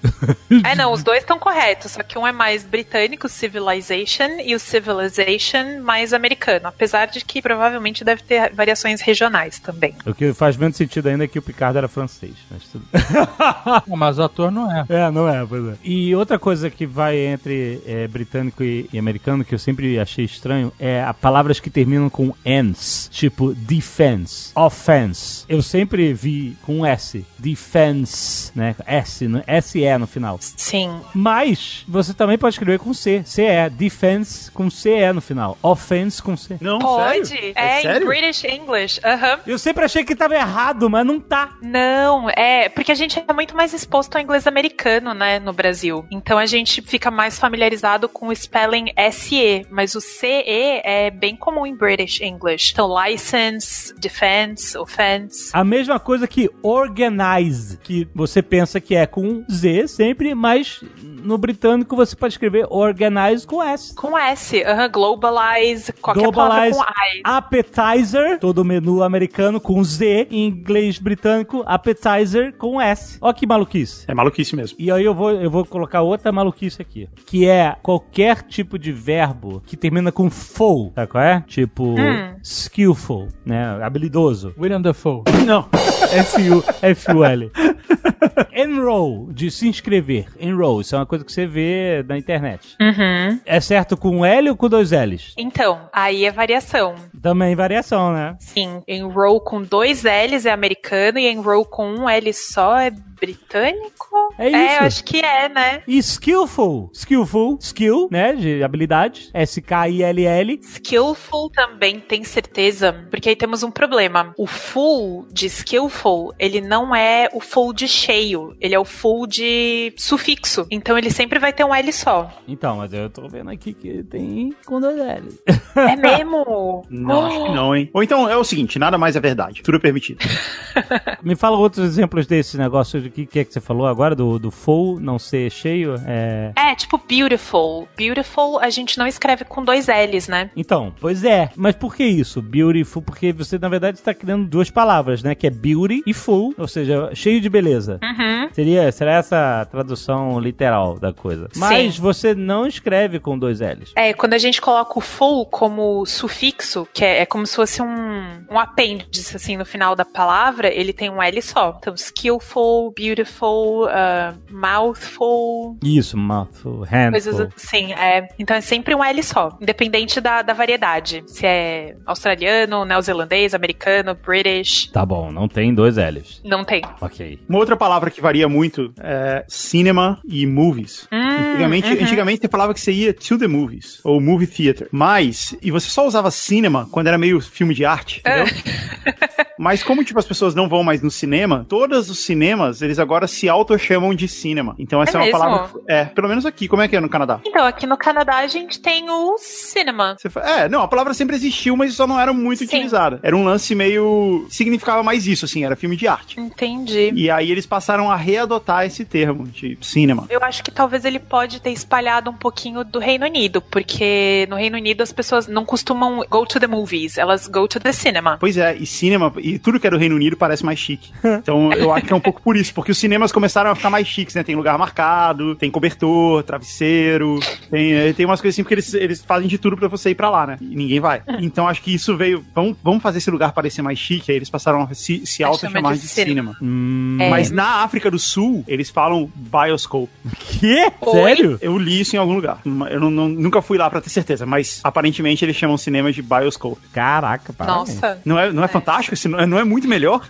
É, não, os dois estão corretos, só que um é mais britânico, civilization, e o civilization mais americano, apesar de que provavelmente deve ter variações regionais também.
o que faz menos sentido ainda é que o Picard era francês, mas tudo
Não, mas o ator não é.
É, não é, pois é. E outra coisa que vai entre é, britânico e, e americano, que eu sempre achei estranho, é a palavras que terminam com ends, tipo defense, offense. Eu sempre vi com S, defense, né? S, no- S-E no final.
Sim.
Mas você também pode escrever com C, C-E, defense com C-E no final, offense com C.
Não,
Pode?
sério?
É, em
sério?
British English. Aham.
Eu sempre achei que tava errado, mas não tá.
Não, é porque a gente é muito mais exposto ao inglês americano, né, no Brasil. Então a gente fica mais familiarizado com o spelling SE, mas o CE é bem comum em British English. Então, license, defense, offense.
A mesma coisa que organize, que você pensa que é com Z sempre, mas no britânico você pode escrever organize com S.
Com S, aham, globalize, qualquer
Globalize,
palavra com I.
appetizer, todo menu americano com Z, em inglês britânico, appetizer com S. Ó que maluquice.
É maluquice mesmo.
E aí eu vou, eu vou colocar outra maluquice aqui, que é qualquer tipo de verbo que termina com full, sabe qual é? Tipo,
Hum.
skillful, né? Habilidoso.
William Dafoe.
Não.
F-U-L. Enroll, de se inscrever. Enroll, isso é uma coisa que você vê na internet.
Uhum.
É certo com L ou com dois L's?
Então, aí é variação.
Também variação, né?
Sim, enroll com dois L's é americano e enroll com um L só é britânico?
É
É,
isso.
eu acho que é, né?
E skillful, skillful, skill, né, de habilidade, S-K-I-L-L,
Skillful também tem certeza, porque aí temos um problema. O full de skillful, ele não é o full de cheio, ele é o full de sufixo. Então ele sempre vai ter um L só.
Então, mas eu tô vendo aqui que tem com dois L's.
É mesmo?
Não, acho que
<gasps>
não, hein? Ou então é o seguinte, nada mais é verdade. Tudo é permitido.
Me fala outros exemplos desse negócio de que, que é que você falou agora, do, do full não ser cheio. É...
É, tipo beautiful. Beautiful a gente não escreve com dois L's, né?
Então, pois é. Mas por que isso? Beautiful, porque você, na verdade, está criando duas palavras, né? Que é beauty e full, ou seja, cheio de beleza.
Uhum.
Seria, será essa a tradução literal da coisa. Mas
Sim.
você não escreve com dois L's.
É, quando a gente coloca o full como sufixo, que é, é como se fosse um, um apêndice, assim, no final da palavra, ele tem um L só. Então, skillful, beautiful, ah, mouthful,
Isso, mouthful, handful.
coisas assim. É. Então, é sempre um L só, independente da, da variedade. Se é australiano, neozelandês, americano, british,
Tá bom, não tem dois L's.
não tem.
Ok.
Uma outra palavra que varia muito é cinema e movies.
Ah,
antigamente, antigamente você falava que você ia to the movies, ou movie theater. Mas, e você só usava cinema quando era meio filme de arte,
É.
entendeu?
<laughs>
Mas como, tipo, as pessoas não vão mais no cinema, todos os cinemas, eles agora se auto-chamam de cinema. Então essa
É
é, uma
mesmo?
palavra... É, pelo menos aqui. Como é que é no Canadá?
Então, aqui no Canadá a gente tem o cinema.
Você fa- É, não, a palavra sempre existiu, mas só não era muito
Sim.
utilizada. Era um lance meio... Significava mais isso, assim, era filme de arte.
Entendi.
E aí eles passaram a readotar esse termo de cinema.
Eu acho que talvez ele pode ter espalhado um pouquinho do Reino Unido, porque no Reino Unido as pessoas não costumam go to the movies, elas go to the cinema.
Pois é, e cinema, e tudo que é do Reino Unido parece
<laughs>
mais chique. Então eu acho que é um pouco por isso, porque os cinemas começaram a ficar mais chiques, né? Tem lugar marcado, tem cobertor, travesseiro, tem, eh, tem umas coisas assim, porque eles, eles fazem de tudo pra você ir pra lá, né? E ninguém vai.
É.
Então acho que isso veio, vamos, vamos fazer esse lugar parecer mais chique, aí eles passaram a se, se
A
auto-chamar
chama
de,
de
cinema.
cinema.
Hum,
É.
Mas na África do Sul, eles falam bioscope.
que?
Oi?
Sério?
Eu li isso em algum lugar. Eu não- não- nunca fui lá pra ter certeza, mas aparentemente eles chamam cinema de bioscope.
Caraca, parabéns.
Nossa.
Não é, não é, fantástico? Isso não é- não é muito melhor?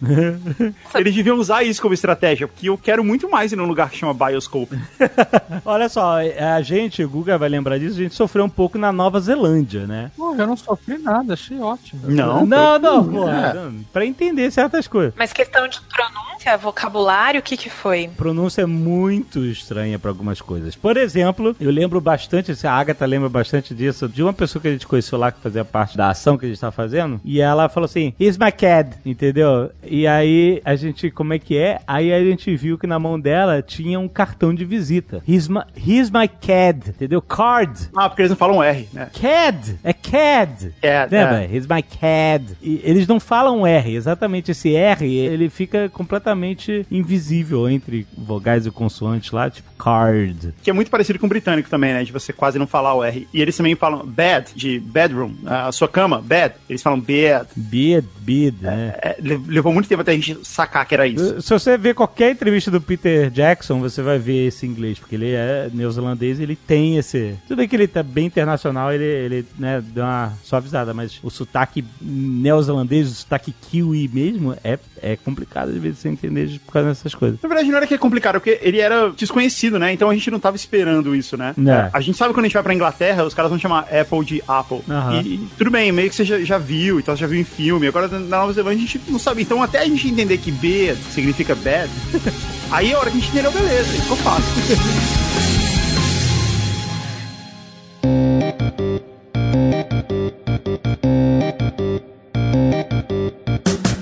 Eles deviam usar isso como estratégia, porque eu quero muito mais ir num lugar que chama Bioscope.
<laughs> Olha só, é, a gente, o Guga vai lembrar disso, a gente sofreu um pouco na Nova Zelândia, né?
Pô, eu não sofri nada, achei ótimo.
Não.
<laughs> não, não, pô, não, pra entender certas coisas.
Mas questão de pronúncia, vocabulário, o que que foi?
A Pronúncia é muito estranha pra algumas coisas. Por exemplo, eu lembro bastante, a Agatha lembra bastante disso, de uma pessoa que a gente conheceu lá que fazia parte da ação que a gente tá fazendo, e ela falou assim: He's my cat, entendeu? E aí a gente, como é que é? Aí a gente viu que na mão dela tinha um cartão de visita. He's my, he's my cat, entendeu? Card.
Ah, porque eles não falam R, né?
Cad, é Cad.
É,
Lembra? He's my cad. E eles não falam R, exatamente esse R, ele fica completamente invisível entre vogais e consoantes lá, tipo card.
Que é muito parecido com o britânico também, né? De você quase não falar o R. E eles também falam bed, de bedroom, a sua cama, bed. Eles falam bed.
Bid, bid, né?
É, le- levou muito tempo até a gente sacar que era isso.
Se você ver qualquer entrevista do Peter Jackson, você vai ver esse inglês, porque ele é neozelandês e ele tem esse. Tudo bem que ele tá bem internacional, ele, ele né, deu uma suavizada, mas o sotaque neozelandês, o sotaque kiwi mesmo, é, é complicado às vezes você entender por causa dessas coisas.
Na verdade, não era que é complicado, porque ele era desconhecido, né? Então a gente não tava esperando isso, né?
Né.
A gente sabe quando a gente vai pra Inglaterra, os caras vão chamar Apple de Apple.
Aham.
E, e tudo bem, meio que você já, já viu, então você já viu em filme. Agora na Nova Zelândia a gente não sabe. Então até a gente entender que B significa bad, <laughs> aí é a hora que a gente entendeu, beleza, ficou fácil.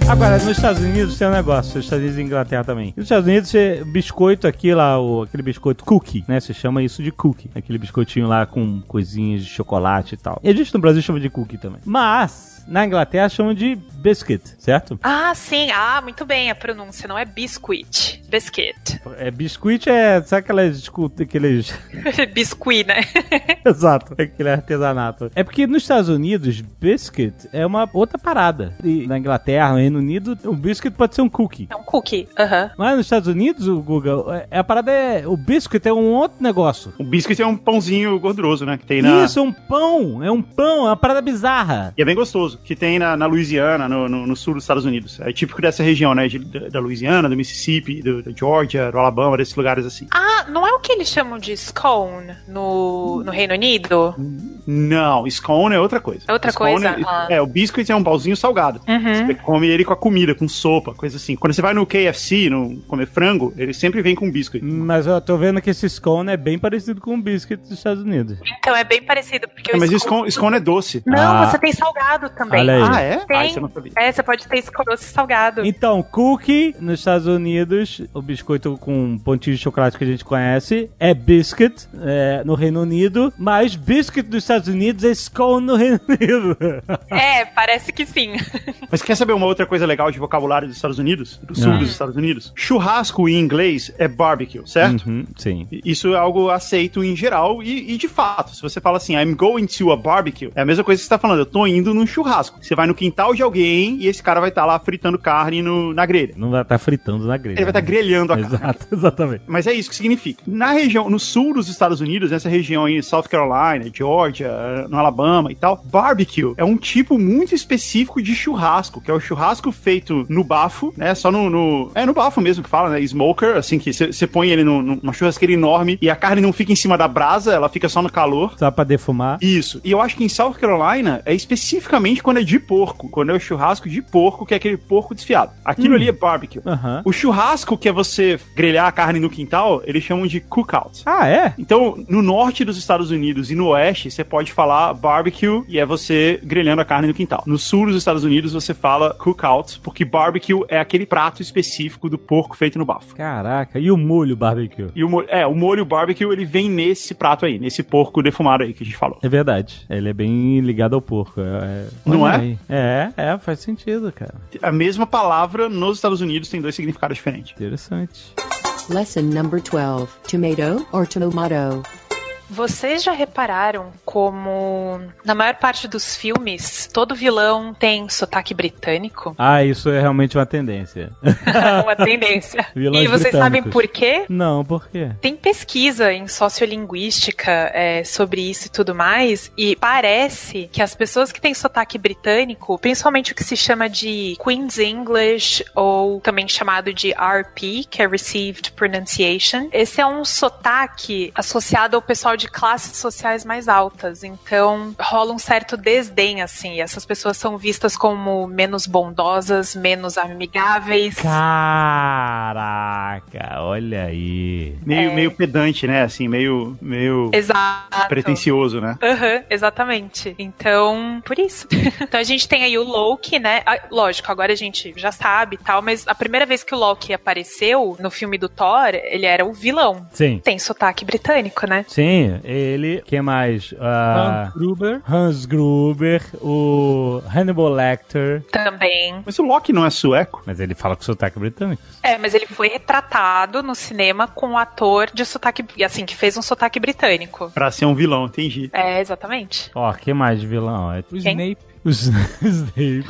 Agora, nos Estados Unidos tem um negócio, nos Estados Unidos e Inglaterra também. Nos Estados Unidos, você, biscoito aqui lá, o, aquele biscoito cookie, né? Você chama isso de cookie. Aquele biscoitinho lá com coisinhas de chocolate e tal. E a gente no Brasil chama de cookie também. Mas, Mas na Inglaterra chamam de biscuit, certo?
Ah, sim. Ah, muito bem a pronúncia. Não é biscuit. Biscuit. <laughs>
É, biscuit é, sabe aquelas, tipo, aqueles... <laughs>
Biscuit, né?
Exato, aquele artesanato. É porque nos Estados Unidos, biscuit é uma outra parada. E na Inglaterra, no Reino Unido, o biscuit pode ser um cookie.
É um cookie. Aham.
Mas nos Estados Unidos, o Guga, é- a parada é. O biscuit é um outro negócio.
O biscuit é um pãozinho gorduroso, né? Que tem na.
Isso, é um pão. É um pão, é uma parada bizarra.
E é bem gostoso, que tem na, na Louisiana, no, no- no sul dos Estados Unidos. É típico dessa região, né? de- da, da Louisiana, do Mississippi, do, da Georgia, do Alabama, desses lugares assim.
Ah, não é o que eles chamam de scone no, no Reino Unido?
Não, scone é outra coisa.
É outra
Scone
coisa?
é-
Ah. Uhum.
É, o biscuit é um pauzinho salgado. Você come ele com a comida, com sopa, coisa assim. Quando você vai no KFC, no comer frango, ele sempre vem com biscuit.
Mas eu tô vendo que esse scone é bem parecido com o biscuit dos Estados Unidos.
Então é bem parecido, porque o
Mas
scone-
scone, scone é doce.
Não,
Ah.
você tem salgado também.
Olha aí.
Ah, é?
Tem.
Ah, isso eu não sabia.
É, você pode ter scone doce e salgado.
Então, cookie nos Estados Unidos, o biscoito com um pontinho de chocolate que a gente conhece, é biscuit é, no Reino Unido, mas biscuit dos Estados Unidos é scone no Reino Unido.
É, parece que sim. <laughs>
Mas quer saber uma outra coisa legal de vocabulário dos Estados Unidos? Do sul
Ah.
dos Estados Unidos? Churrasco em inglês é barbecue, certo?
<laughs> Uhum, sim.
Isso é algo aceito em geral e, e de fato. Se você fala assim, I'm going to a barbecue, é a mesma coisa que você tá falando, eu tô indo num churrasco. Você vai no quintal de alguém e esse cara vai estar lá fritando carne no- na grelha.
Não vai estar fritando na grelha. né?
Ele vai estar grelhando a carne.
Exato, <laughs> exatamente.
Mas é isso que significa. Na região, no sul dos Estados Unidos, nessa região aí, South Carolina, Georgia, no Alabama e tal, barbecue é um tipo muito específico de churrasco, que é o churrasco feito no bafo, né? Só no. no- é no bafo mesmo que fala, né? Smoker, assim, que você põe ele num- numa churrasqueira enorme e a carne não fica em cima da brasa, ela fica só no calor.
Só pra defumar.
Isso. E eu acho que em South Carolina é especificamente quando é de porco, quando é o churrasco de porco, que é aquele porco desfiado. Aquilo ali é barbecue.
Aham.
O churrasco que é você grelhar a carne no quintal, eles chamam de cookout.
Ah, é?
Então, no norte dos Estados Unidos e no oeste, você pode falar barbecue e é você grelhando a carne no quintal. No sul dos Estados Unidos, você fala cookout, porque barbecue é aquele prato específico do porco feito no bafo.
Caraca, e o molho barbecue?
E o molho, é, o molho barbecue, ele vem nesse prato aí, nesse porco defumado aí que a gente falou.
É verdade, ele é bem ligado ao porco. é- é-
Não
Olha
é?
aí. É, é, faz sentido, cara.
A mesma palavra nos Estados Unidos tem dois significados diferentes.
Interessante.
Lesson number 12 Tomato or Tomato.
Vocês já repararam como, na maior parte dos filmes, todo vilão tem sotaque <laughs> britânico?
Ah, isso é realmente uma tendência.
É uma tendência.
Vilões
e vocês sabem
britânicos.
por quê?
<laughs> Não, por quê?
Tem pesquisa em sociolinguística é, sobre isso e tudo mais, e parece que as pessoas que têm sotaque britânico, principalmente o que se chama de Queen's English, ou também chamado de RP, que é Received Pronunciation, esse é um sotaque associado ao pessoal de classes sociais mais altas. Então rola um certo desdém, assim, e essas pessoas são vistas como menos bondosas, menos amigáveis.
Caraca, olha aí.
Meio, meio pedante, né? Assim, meio, meio
É. Exato.
pretencioso, né?
Aham, exatamente. Então, por isso. <laughs> então a gente tem aí o Loki, né? Ah, lógico, agora a gente já sabe e tal, mas a primeira vez que o Loki apareceu no filme do Thor, ele era o vilão.
Sim.
Tem sotaque britânico, né?
Sim, ele. Quem mais? Ah,
Hans Gruber.
Hans Gruber, o Hannibal Lecter.
Também.
Mas o Loki não é sueco?
Mas ele fala com sotaque britânico.
É, mas ele foi retratado no cinema com um ator de sotaque, assim, que fez um sotaque britânico.
Pra ser um vilão, entendi.
É,
<laughs>
exatamente.
Ó, quem mais de vilão? É
O
tu-
Quem?
Snape.
o <laughs> Snape.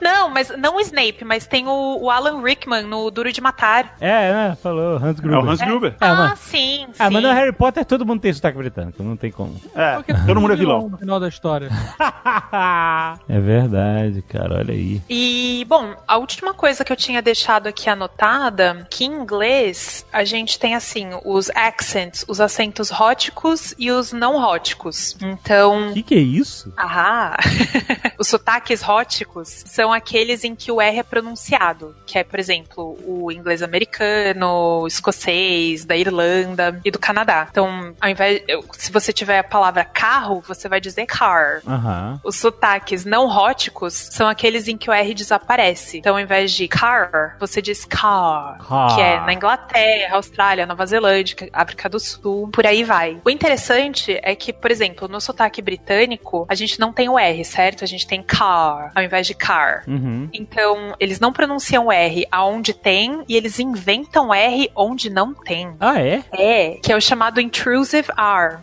Não, mas não o Snape, mas tem o, o Alan Rickman no Duro de Matar.
é, né? Falou, Hans
É
Gruber.
o Hans Gruber.
Ah,
Ah,
mas-
sim, sim.
Ah, mas no Harry Potter todo mundo tem sotaque britânico, não tem <laughs> como.
É,
Porque
todo mundo é vilão.
No final da história.
É verdade, cara, olha aí.
E, bom, a última coisa que eu tinha deixado aqui anotada, que em inglês a gente tem assim, os accents, os acentos róticos e os não róticos.
O
Então,
que, que é isso?
ah, <laughs> os sotaques róticos são aqueles em que o R é pronunciado, que é, por exemplo, o inglês americano, o escocês, da Irlanda e do Canadá. Então, ao invés, eu- se você tiver a palavra carro, você vai dizer car.
Aham.
Os sotaques não róticos são aqueles em que o R desaparece. Então, ao invés de car, você diz car,
Car.
que é na Inglaterra, Austrália, Nova Zelândia, África do Sul, por aí vai. O interessante é que, por exemplo, no sotaque britânico, a gente não tem o R, certo? A gente tem car ao invés de car.
Uhum.
Então, eles não pronunciam R aonde tem e eles inventam R onde não tem.
Ah, é?
É, que é o chamado intrusive R.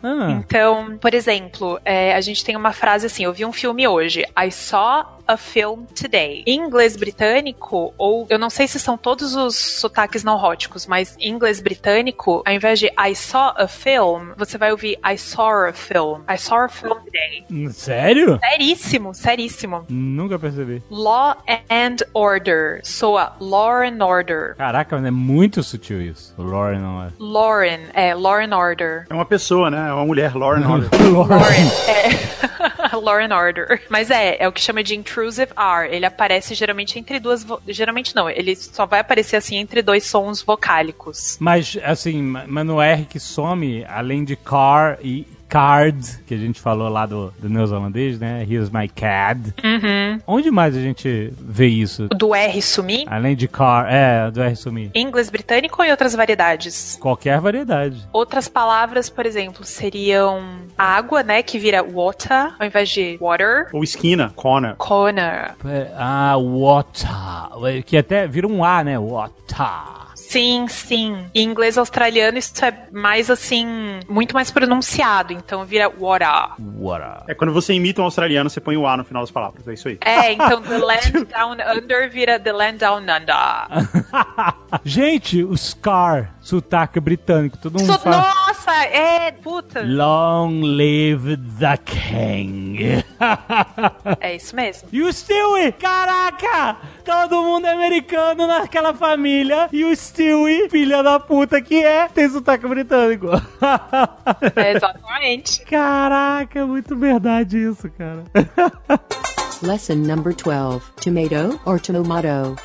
Ah.
Então, por exemplo, é, a gente tem uma frase assim: eu vi um filme hoje. I saw a film today. Em inglês britânico, ou eu não sei se são todos os sotaques não róticos, mas em inglês britânico, ao invés de I saw a film, você vai ouvir I saw a film. I saw a film today.
Hum, Sério?
Seríssimo, seríssimo.
Nunca percebi.
Law and order. Soa law and order.
Caraca, mas é muito sutil isso. O Lauren não <laughs> é.
Lauren, é, law and order.
É uma pessoa, né? É uma mulher, Lauren Holder.
Lauren. <laughs> É. Law and Order. Mas é, é o que chama de intrusive R. Ele aparece geralmente entre duas. vo- Geralmente não, ele só vai aparecer assim entre dois sons vocálicos.
Mas, assim, ma- mas no R que some, além de car e card, que a gente falou lá do, do neozelandês, né? Here's my cad. Onde mais a gente vê isso?
Do R sumir,
Além de car, é, do R sumir.
inglês britânico e outras variedades.
Qualquer variedade.
Outras palavras, por exemplo, seriam água, né? Que vira water ao invés de water.
Ou esquina, Connor.
Corner.
É, Ah, water. Que até vira um A, né? Water.
Sim, sim. Em inglês australiano, isso é mais assim, muito mais pronunciado. Então vira water.
Water.
É quando você imita um australiano, você põe o A no final das palavras. É isso aí.
É, então The Land Down Under vira The Land Down Under.
gente, o Scar, sotaque britânico, todo mundo
So-
fala.
nossa, é, puta.
Long live the <laughs> king.
É isso mesmo.
E o Stewie? Caraca! Todo mundo é americano naquela família. E o Stewie, filha da puta que é, tem sotaque britânico. <laughs>
É exatamente.
Caraca, muito verdade isso, cara.
Lesson number 12 Tomato or Tomato.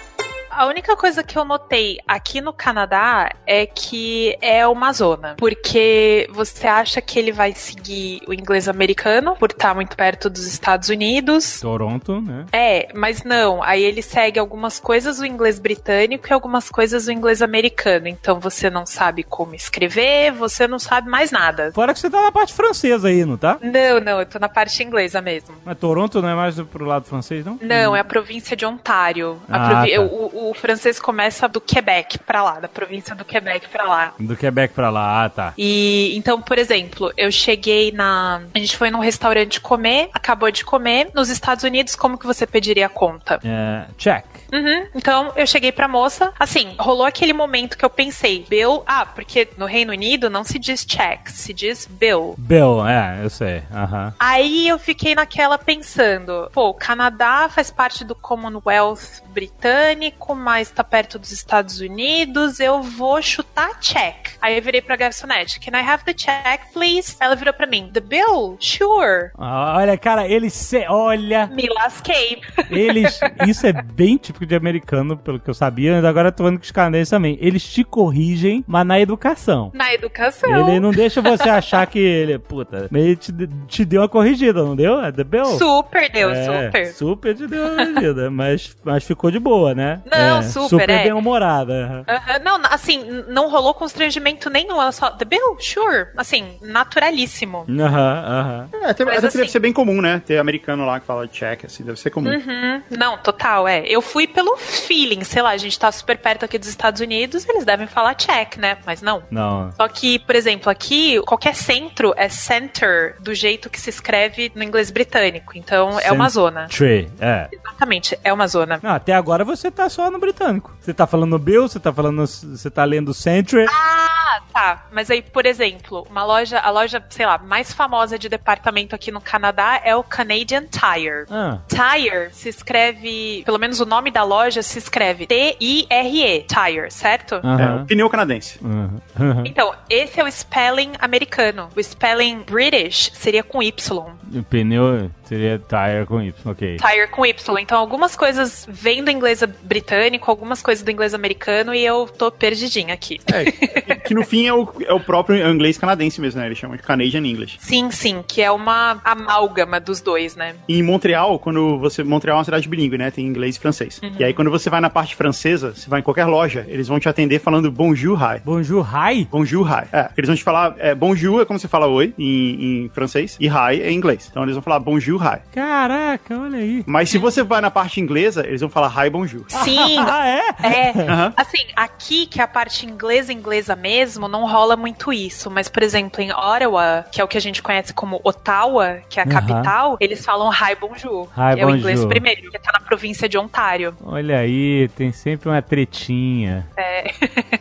A única coisa que eu notei aqui no Canadá é que é uma zona. Porque você acha que ele vai seguir o inglês americano, por estar muito perto dos Estados Unidos.
Toronto, né?
É, mas não. Aí ele segue algumas coisas do inglês britânico e algumas coisas do inglês americano. Então você não sabe como escrever, você não sabe mais nada.
Fora que você tá na parte francesa aí, não tá?
Não, não, eu tô na parte inglesa mesmo.
Mas Toronto não é mais pro lado francês, não?
Não, é a província de Ontário. A
Hum. Ah,
provi-
tá.
o, o francês começa do Quebec pra lá, da província do Quebec pra lá.
Do Quebec pra lá, ah, tá.
E então, por exemplo, eu cheguei na. A gente foi num restaurante comer, acabou de comer. Nos Estados Unidos, como que você pediria a conta?
É, check.
Uhum. Então, eu cheguei pra moça. Assim, rolou aquele momento que eu pensei, Bill. Ah, porque no Reino Unido não se diz check, se diz Bill.
Bill, é, eu sei. Aham.
Aí eu fiquei naquela pensando, pô, o Canadá faz parte do Commonwealth britânico, mas tá perto dos Estados Unidos, eu vou chutar check. Aí eu virei pra garçonete, can I have the check, please? Ela virou pra mim, the bill? Sure.
Ah, Olha, cara, eles se... Olha,
Me lasquei. <laughs>
eles... <laughs> Isso é bem típico de americano, pelo que eu sabia. mas Agora eu tô vendo que os canadenses também. Eles te corrigem, mas na educação.
Na educação.
Ele não deixa você achar que ele é puta. mas Ele te, te deu uma corrigida, não deu? É, Deu?
Super, deu,
É,
super.
Super te deu uma corrigida, mas, mas ficou de boa, né?
Não,
É,
super,
Super
é.
bem-humorada.
Aham, Não, assim, n- não rolou constrangimento nenhum. Ela só, the bill? Sure. Assim, naturalíssimo.
Aham, aham.
É, até,
Mas
até
assim-
deve ser bem comum, né? Ter americano lá que fala check, assim, deve ser comum.
Uhum, Não, total, é. Eu fui pelo feeling, sei lá, a gente tá super perto aqui dos Estados Unidos, eles devem falar check, né? Mas não.
Não.
Só que, por exemplo, aqui, qualquer centro é center do jeito que se escreve no inglês britânico. Então, é uma zona.
Tree, é.
Exatamente, é uma zona.
Não, até agora você tá só no britânico. Você tá falando Bill, você tá falando. Você tá lendo Century.
Ah, tá. Mas aí, por exemplo, uma loja, a loja, sei lá, mais famosa de departamento aqui no Canadá é o Canadian Tire.
Ah.
Tire se escreve, pelo menos o nome da loja se escreve T-I-R-E, Tire, certo?
É,
Aham.
o pneu canadense.
aham, aham.
Então, esse é o spelling americano. O spelling British seria com Y.
O pneu seria tire com Y, ok.
Tire com Y. Então, algumas coisas vêm do inglês britânico, algumas coisas do inglês americano e eu tô perdidinha aqui.
É, que, que no fim é o, é o próprio inglês canadense mesmo, né? Eles chamam de Canadian English.
Sim, sim, que é uma amálgama dos dois, né?
E em Montreal, quando você. Montreal é uma cidade bilíngue, né? Tem inglês e francês. E aí, quando você vai na parte francesa, você vai em qualquer loja, eles vão te atender falando bonjour, hi.
Bonjour, hi.
Bonjour, hi. É, eles vão te falar. É, bonjour é como você fala oi em, em francês, e hi é em inglês. inglês. Então eles vão falar bonjour, hi.
Caraca, olha aí.
Mas se você vai na parte inglesa, eles vão falar hi, bonjour.
<laughs>
Sim,
Ah, é?
é.
Aham.
Assim, aqui que é a parte inglesa, inglesa mesmo, não rola muito isso. Mas, por exemplo, em Ottawa, que é o que a gente conhece como Ottawa, que é a
Aham.
capital, eles falam hi bonjour.
Hi,
que é o inglês
bonjour.
primeiro, que tá na província de Ontário.
Olha aí, tem sempre uma tretinha.
É.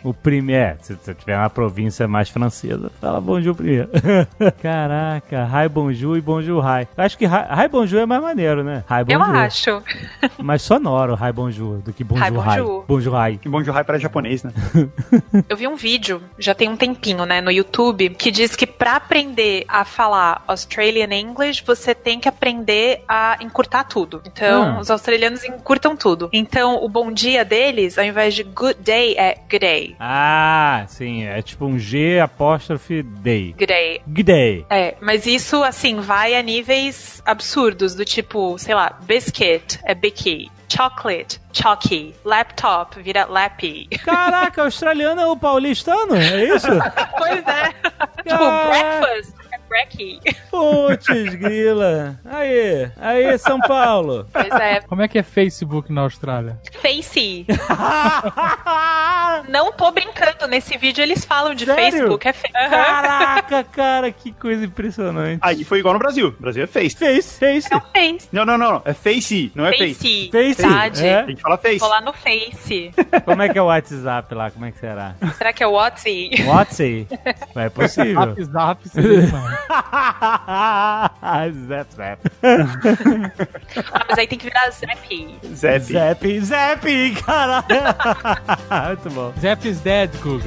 O primeiro, é, se você tiver uma província mais francesa, fala bonjour primeiro. <laughs> Caraca, hi bonjour e bonjour hi. Eu Acho que hi, hi bonjour é mais maneiro, né? Hi
Eu
bonjour.
acho. <laughs>
Mais sonoro hi bonjour do que bonjour hi.
bonjour.
Bonjour hi.
Que bonjour, hi para japonês, né?
Eu vi um vídeo, já tem um tempinho, né, no YouTube, que diz que pra aprender a falar Australian English, você tem que aprender a encurtar tudo. Então,
Ah.
os australianos encurtam tudo. Então, o bom dia deles, ao invés de good day, é good day.
Ah, sim, é tipo um G apóstrofe day.
Good day.
Good day.
É, mas isso, assim, vai a níveis absurdos, do tipo, sei lá, biscuit é bicky, chocolate, chalky, laptop vira lappy. <laughs>
Caraca, <laughs> australiano é o paulistano? É isso?
pois é. <laughs> tipo,
Caraca.
breakfast é brecky.
Putz, grila. Aí, aí, São Paulo.
Pois é,
Como é que é Facebook na Austrália?
<laughs>
Face. Não tô brincando, nesse vídeo eles falam de
Sério?
Facebook. É fe...
Caraca, cara, que coisa impressionante.
Aí foi igual no Brasil. No Brasil é face.
Face, face.
É o Face.
Não, não, não. não. É face, não é face.
Face.
Face,
Verdade.
é.
A gente fala face.
Vou lá no Face.
Como é que é o WhatsApp lá? Como é que será?
Será que é o WhatsApp?
WhatsApp? É possível. <laughs>
Zap, zap, seria demais.
zap, zap.
Ah, mas aí tem que virar Zap.
Zé,
Zap,
filho.
zap, caralho. Muito bom.
Zap is dead, Guga.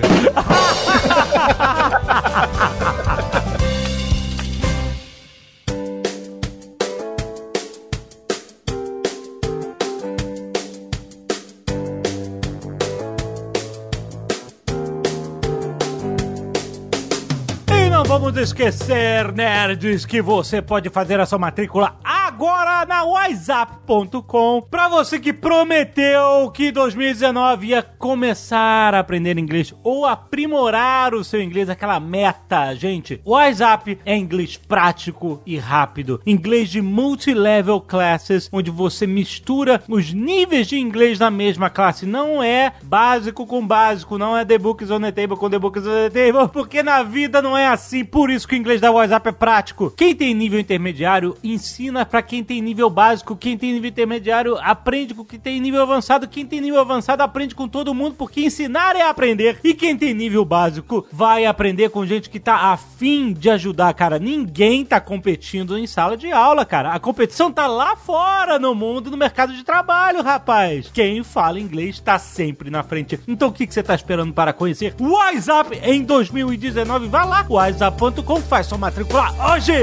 E não vamos esquecer, nerds, que você pode fazer a sua matrícula agora na WhatsApp.com pra você que prometeu que 2019 ia começar a aprender inglês ou aprimorar o seu inglês, aquela meta, gente. WhatsApp é inglês prático e rápido, inglês de multilevel classes, onde você mistura os níveis de inglês na mesma classe. Não é básico com básico, não é The Books on the Table com The Books on the Table, porque na vida não é assim. Por isso que o inglês da WhatsApp é prático. Quem tem nível intermediário ensina pra quem tem nível básico, quem tem nível intermediário aprende com quem tem nível avançado, quem tem nível avançado aprende com todo mundo, porque ensinar é aprender. E quem tem nível básico vai aprender com gente que tá afim de ajudar, cara. Ninguém tá competindo em sala de aula, cara. A competição tá lá fora no mundo, no mercado de trabalho, rapaz. Quem fala inglês tá sempre na frente. Então o que, que você tá esperando para conhecer o WhatsApp em 2019? Vai lá, WhatsApp.com, faz sua matrícula hoje!